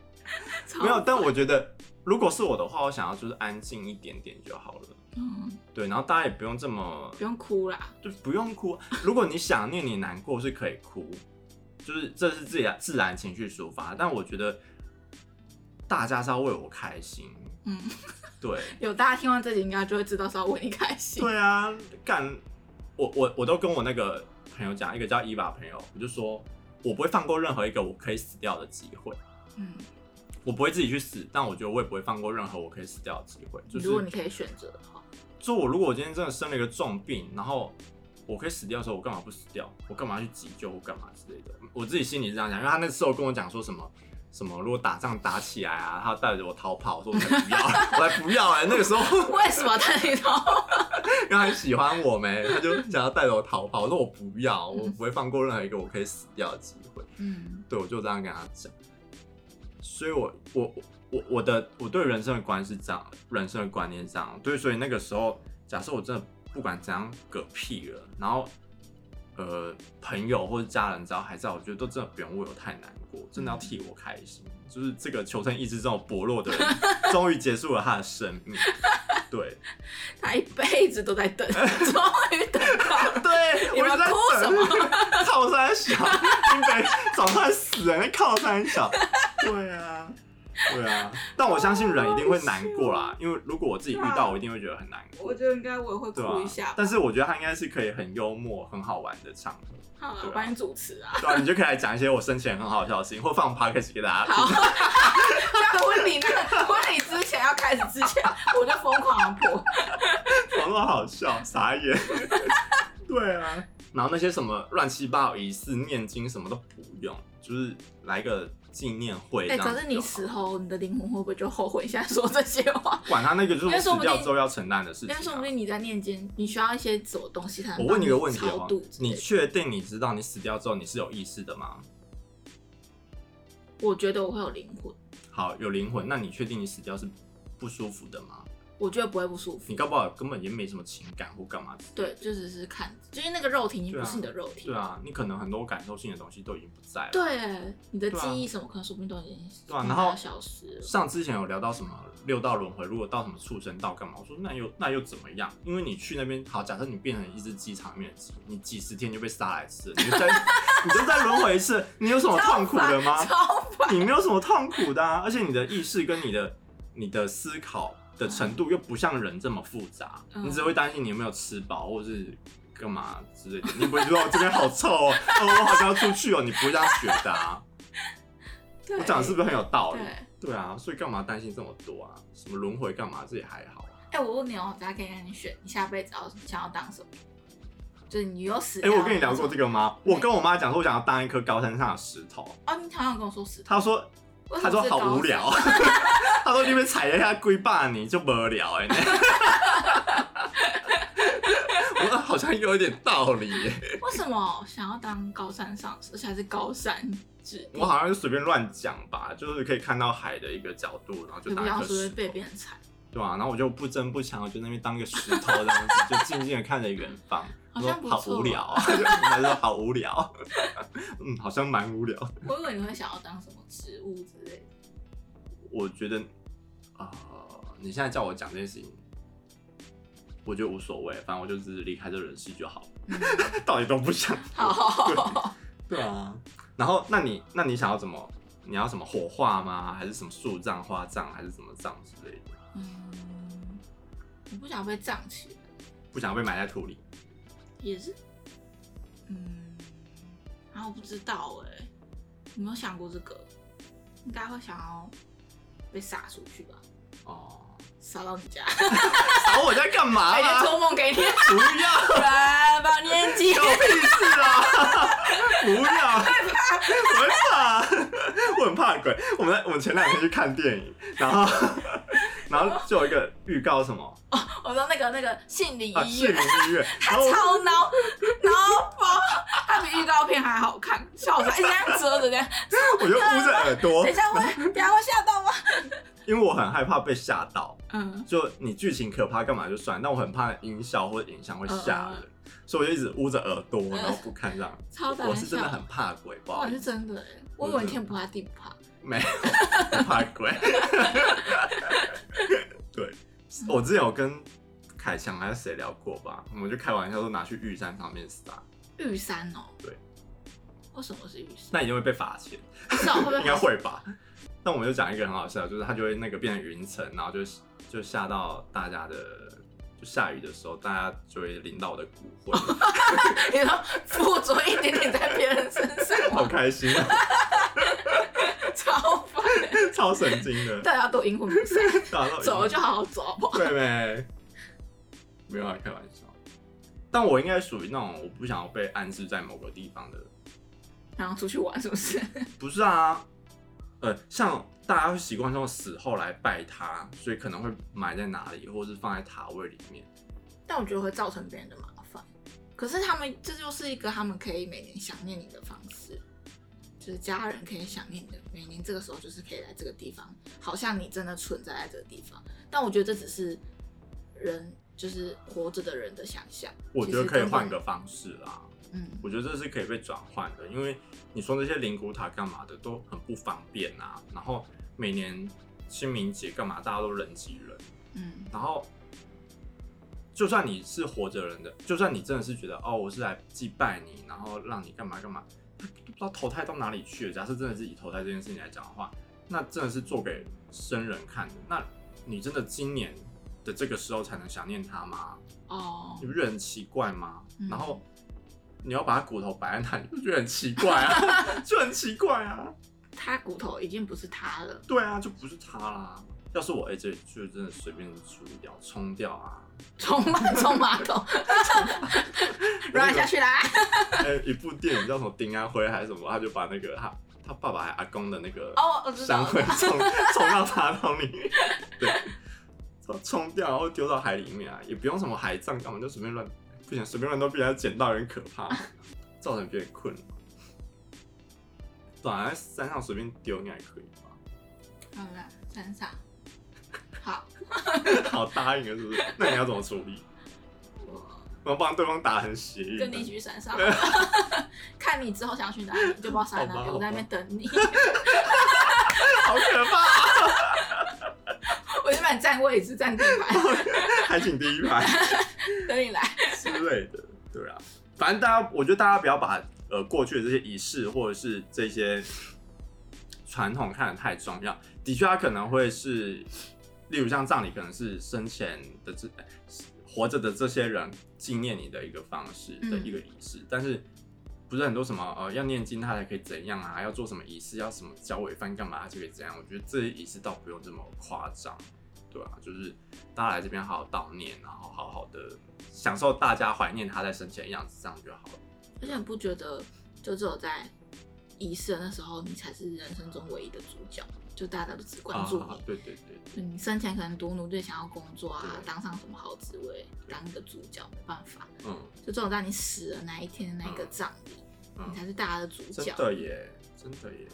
Speaker 1: 超
Speaker 2: 没有，但我觉得如果是我的话，我想要就是安静一点点就好了。
Speaker 1: 嗯，
Speaker 2: 对，然后大家也不用这么
Speaker 1: 不用哭啦。
Speaker 2: 就不用哭。如果你想念、你难过是可以哭， 就是这是自然自然情绪抒发。但我觉得大家是要为我开心，
Speaker 1: 嗯，
Speaker 2: 对
Speaker 1: 有大家听完这集应该就会知道是要为你开心。
Speaker 2: 对啊，干我我我都跟我那个朋友讲，一个叫伊娃朋友，我就说我不会放过任何一个我可以死掉的机会，
Speaker 1: 嗯，
Speaker 2: 我不会自己去死，但我觉得我也不会放过任何我可以死掉的机会。就是
Speaker 1: 如果你可以选择的话，
Speaker 2: 就我如果我今天真的生了一个重病，然后我可以死掉的时候，我干嘛不死掉？我干嘛去急救或干嘛之类的？我自己心里是这样想，因为他那时候跟我讲说什么什么，如果打仗打起来啊，他带着我逃跑，我说我才不要， 我才不要哎、那个时候
Speaker 1: 为什么他你头？
Speaker 2: 因为他很喜欢我没，他就想要带着我逃跑，我说我不要，我不会放过任何一个我可以死掉的机会。
Speaker 1: 嗯
Speaker 2: 对，我就这样跟他讲。所以我，我我我我的我对人生的观是这样，人生的观念是这样。对，所以那个时候，假设我真的不管怎样嗝屁了，然后呃，朋友或者家人只要还在，我觉得都真的不用为我太难过，真的要替我开心。就是这个求生意志这种薄弱的人，终于结束了他的生命。对
Speaker 1: 他一辈子都在等，终于等到了。
Speaker 2: 对，啊
Speaker 1: 你
Speaker 2: 我
Speaker 1: 们
Speaker 2: 就在
Speaker 1: 哭什
Speaker 2: 等 靠山小，你北早上死人的靠山小。对啊，对啊，但我相信人一定会难 过啦，因为如果我自己遇到，我一定会觉得很难过，
Speaker 1: 我觉得应该我也会
Speaker 2: 对
Speaker 1: 哭一
Speaker 2: 吧、
Speaker 1: 下吧。
Speaker 2: 但是我觉得他应该是可以很幽默、很好玩的场合，
Speaker 1: 好了，
Speaker 2: 对啊
Speaker 1: 我帮你主持啊。
Speaker 2: 对啊，你就可以来讲一些我生前很好笑的事情，或放 podcast 给大家听。
Speaker 1: 好，在 婚礼那个婚礼之前要开始之前，我就疯狂地播。
Speaker 2: 网络好笑，傻眼。对啊，然后那些什么乱七八糟仪式、念经什么都不用，就是来个纪念会这
Speaker 1: 哎、
Speaker 2: 样子就好。
Speaker 1: 可是你死后，你的灵魂会不会就后悔现在说这些话？
Speaker 2: 管他那个，就是
Speaker 1: 因
Speaker 2: 我
Speaker 1: 为说
Speaker 2: 死
Speaker 1: 不定
Speaker 2: 掉之后要承担的事情、
Speaker 1: 但
Speaker 2: 啊。
Speaker 1: 说不定你在念经，你需要一些什么东西才能
Speaker 2: 我问你个问题
Speaker 1: 帮
Speaker 2: 哦
Speaker 1: 你超度，之类
Speaker 2: 你
Speaker 1: 的？
Speaker 2: 确定你知道你死掉之后你是有意识的吗？
Speaker 1: 我觉得我会有灵魂，
Speaker 2: 好，有灵魂，那你确定你死掉是不舒服的吗？
Speaker 1: 我觉得不会不舒服
Speaker 2: 你。搞不好根本也没什么情感或干嘛之类的。
Speaker 1: 对，就只是看，就是那个肉体已经
Speaker 2: 对啊
Speaker 1: 不是你的肉体。
Speaker 2: 对啊，你可能很多感受性的东西都已经不在了。
Speaker 1: 对，你的
Speaker 2: 对啊
Speaker 1: 记忆什么，可能说不定都已经
Speaker 2: 对啊然后
Speaker 1: 消失了。
Speaker 2: 像之前有聊到什么六道轮回，如果到什么畜生道干嘛？我说那又那又怎么样？因为你去那边，好，假设你变成一只鸡场里面的鸡，你几十天就被杀来吃了，你就再 你就再轮回一次，你有什么痛苦的吗？
Speaker 1: 超烦，
Speaker 2: 你没有什么痛苦的、啊，而且你的意识跟你的你的思考的程度又不像人这么复杂，
Speaker 1: 嗯
Speaker 2: 你只会担心你有没有吃饱或是干嘛之类的，你不会说哦这边好臭哦， 哦我好像要出去哦，你不会这样觉得啊？
Speaker 1: 对
Speaker 2: 我讲的是不是很有道理？
Speaker 1: 对。
Speaker 2: 对啊，所以干嘛担心这么多啊？什么轮回干嘛？这也还好啊。
Speaker 1: 哎、我问你哦，我等下可以让你选，你下辈子要想要当什么？就是你又死
Speaker 2: 哎、
Speaker 1: 掉。
Speaker 2: 我跟你聊过这个吗？
Speaker 1: 嗯
Speaker 2: 我跟我妈讲说，我想要当一颗高山上的石头，
Speaker 1: 哦，你好像有跟我说死掉。
Speaker 2: 她说
Speaker 1: 为什
Speaker 2: 他说
Speaker 1: 么是高
Speaker 2: 好无
Speaker 1: 山
Speaker 2: 聊， 他说你被踩了一下龟爸你就无聊哎、 我说好像有一点道理耶，
Speaker 1: 为什么想要当高山上，而且还是高山 指
Speaker 2: 我好像就随便乱讲吧，就是可以看到海的一个角度，然后就
Speaker 1: 就
Speaker 2: 哦打
Speaker 1: 不
Speaker 2: 一
Speaker 1: 要
Speaker 2: 颗
Speaker 1: 说
Speaker 2: 石
Speaker 1: 被
Speaker 2: 头。
Speaker 1: 别人踩。
Speaker 2: 对啊，然后我就不争不抢，我就那边当个石头这样子，就静静的看着远方。
Speaker 1: 好像
Speaker 2: 我
Speaker 1: 不
Speaker 2: 说好
Speaker 1: 错
Speaker 2: 无聊啊，他说好无聊，嗯，好像蛮无聊。
Speaker 1: 我以为你会想要当什么植物之 类的，
Speaker 2: 我觉得啊、你现在叫我讲这件事情，我觉得无所谓，反正我就只是离开这人世就好， 到底都不想。
Speaker 1: 嗯 好，
Speaker 2: 对啊，然后那你那你想要怎么？你要什么火化吗？还是什么树葬、花葬，还是什么葬之类的？
Speaker 1: 嗯，我不想被胀起来，
Speaker 2: 不想被埋在土里。
Speaker 1: 也是，嗯，然后我不知道哎、有没有想过这个？应该会想要被撒出去吧，
Speaker 2: 哦，
Speaker 1: 撒到 你家，
Speaker 2: 找我在干嘛
Speaker 1: 哎，
Speaker 2: 啦？
Speaker 1: 做梦给你，
Speaker 2: 不要，
Speaker 1: 来把年 纪
Speaker 2: 有屁事啊！不要，我会怕，我很怕鬼。我们我们前两天去看电影，然后然后就有一个预告什么
Speaker 1: 我说那个那个杏林
Speaker 2: 啊，
Speaker 1: 医
Speaker 2: 市
Speaker 1: 院
Speaker 2: 民，医院，然后
Speaker 1: 超孬孬包，它比预告片还好看，笑死！哎，这样遮着这样，
Speaker 2: 我就捂着耳朵
Speaker 1: 等一，下会，等一下会吓到吗？
Speaker 2: 因为我很害怕被吓到。
Speaker 1: 嗯，
Speaker 2: 就你剧情可怕干嘛就算，但我很怕音效或者影像会吓人，所以我就一直捂着耳朵，然后不看这样。
Speaker 1: 超胆
Speaker 2: 我是
Speaker 1: 小
Speaker 2: 真的很怕鬼，不好
Speaker 1: 哇，
Speaker 2: 意
Speaker 1: 是
Speaker 2: 思，
Speaker 1: 真的哎，我以为天不怕地不怕，
Speaker 2: 没有很怕鬼。 对，我之前有跟凯强还是谁聊过吧，我们就开玩笑说拿去玉山上面撒，
Speaker 1: 玉山哦，
Speaker 2: 对，
Speaker 1: 为什么是玉山？
Speaker 2: 那一定会被罚钱，
Speaker 1: 不知道会不会
Speaker 2: 应该会吧？那我们就讲一个很好笑的，就是它就会那个变成云层，然后就就下到大家的，就下雨的时候，大家就会淋到我的骨灰。
Speaker 1: 你说附着一点点在别人身上
Speaker 2: 好
Speaker 1: 吗，
Speaker 2: 开心、啊，
Speaker 1: 超烦。
Speaker 2: 超神经的，
Speaker 1: 大家都阴魂不 散，
Speaker 2: 打到
Speaker 1: 走了就好好走，好不好？
Speaker 2: 对呗，没有啊，开玩笑。但我应该属于那种我不想要被安置在某个地方的，
Speaker 1: 然后出去玩是不是？
Speaker 2: 不是啊，呃，像大家会习惯用死后来拜他，所以可能会埋在哪里，或是放在塔位里面。
Speaker 1: 但我觉得会造成别人的麻烦。可是他们这就是一个他们可以每年想念你的方式，就是家人可以想念你的，每年这个时候就是可以来这个地方，好像你真的存在在这个地方。但我觉得这只是人就是活着的人的想象。
Speaker 2: 我觉得可以换个
Speaker 1: 其
Speaker 2: 方式啦，
Speaker 1: 实根本，嗯，
Speaker 2: 我觉得这是可以被转换的，因为你说那些灵骨塔干嘛的都很不方便啊，然后每年清明节干嘛大家都人挤人。
Speaker 1: 嗯
Speaker 2: 然后，就算你是活着人的，就算你真的是觉得哦，我是来祭拜你，然后让你干嘛干嘛，他不知道投胎到哪里去了。假设真的是以投胎这件事情来讲的话，那真的是做给生人看的。那你真的今年的这个时候才能想念他吗？
Speaker 1: 哦
Speaker 2: 你，不觉得很奇怪吗？
Speaker 1: 嗯
Speaker 2: 然后你要把他骨头摆在那里，你不觉得很奇怪啊？ 就很奇怪啊。
Speaker 1: 他骨头已经不是他了，
Speaker 2: 对啊，就不是他啦。要是我哎、这就真的随便处理掉、冲掉啊，
Speaker 1: 冲马冲马 桶，软下去啦！
Speaker 2: 呃， 一部电影叫什么《丁安辉》还是什么，他就把那个他他爸爸还阿公的那个
Speaker 1: 哦，我知道
Speaker 2: 香
Speaker 1: 了，
Speaker 2: 灰冲 冲到马桶里面，对，冲冲掉然后丢到海里面啊，也不用什么海葬干嘛，就随便乱，不行随便乱都被人家捡到，有点可 怕，造成别人困扰。对啊，在山上随便丢应该也可以吧？
Speaker 1: 好啦，山上，好，
Speaker 2: 好答应了是不是？那你要怎么处 理？
Speaker 1: 我。
Speaker 2: 我要帮对方打很邪淫的，
Speaker 1: 跟你一起去山上， 看你之后想去哪里，你就把我塞在那
Speaker 2: 好吧
Speaker 1: 边，我在那边等你，
Speaker 2: 好可怕 啊、
Speaker 1: 我就把你占位置、占地 盘，
Speaker 2: 还请第一排。
Speaker 1: 等你来。
Speaker 2: 之类的，对啊，反正大家，我觉得大家不要把呃过去的这些仪式或者是这些传统看得太重要。的确，它可能会是，例如像葬礼，可能是生前的这活着的这些人纪念你的一个方式
Speaker 1: 嗯
Speaker 2: 的一个仪式，但是。不是很多什么呃要念经他才可以怎样啊，要做什么仪式，要什么交尾饭干嘛就可以怎样？我觉得这些仪式倒不用这么夸张。对啊，就是大家来这边好好悼念，然后好好的享受大家怀念他在生前的样子，这样就好了。
Speaker 1: 而且你不觉得，就只有在仪式的那时候，你才是人生中唯一的主角，就大家都只关注
Speaker 2: 啊
Speaker 1: 你。
Speaker 2: 对对对，
Speaker 1: 就你生前可能独奴最想要工作啊
Speaker 2: 对，
Speaker 1: 当上什么好职位，当一个主角没办法。
Speaker 2: 嗯
Speaker 1: 就只有在你死了那一天的那个葬礼，你才
Speaker 2: 嗯，
Speaker 1: 是大家的主
Speaker 2: 真
Speaker 1: 角。
Speaker 2: 的耶，真的耶，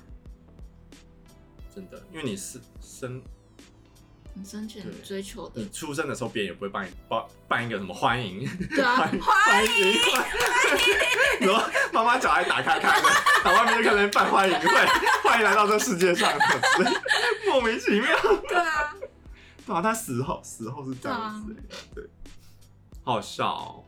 Speaker 2: 真的，因为你是生
Speaker 1: 你争取
Speaker 2: 对
Speaker 1: 你追求的
Speaker 2: 你，出生的时候，别人也不会帮你办办一个什么欢迎，
Speaker 1: 对啊，
Speaker 2: 欢迎会，然后妈妈脚还打开看的，然后外面就开始办欢迎会，欢迎来到这世界上，莫名其妙。
Speaker 1: 对啊，
Speaker 2: 对啊，他死后死后是这样子、欸，对，好笑、哦。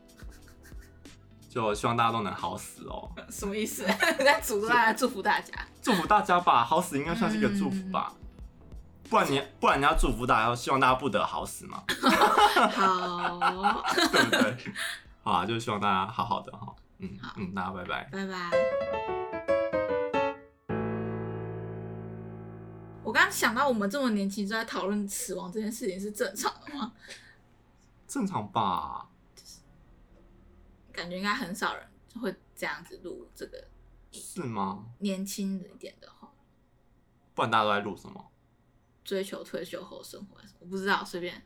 Speaker 2: 就希望大家都能好死哦，
Speaker 1: 什么意思？ 在诅咒大家，祝福大家。
Speaker 2: 祝福大家吧，好死应该算是一个祝福吧。不然你不然你要祝福大家，希望大家不得好死嘛，
Speaker 1: 好，
Speaker 2: 对不对？ 好啊，就希望大家好好的哈、嗯
Speaker 1: 好
Speaker 2: 嗯，大家拜拜。
Speaker 1: 拜拜。我刚刚想到，我们这么年轻就在讨论死亡这件事情是正常的吗？
Speaker 2: 正常吧？
Speaker 1: 感觉应该很少人会这样子录这个
Speaker 2: 是吗？
Speaker 1: 年轻一点的话，
Speaker 2: 不然大家都在录什么？
Speaker 1: 追求退休后生活，我不知道，随便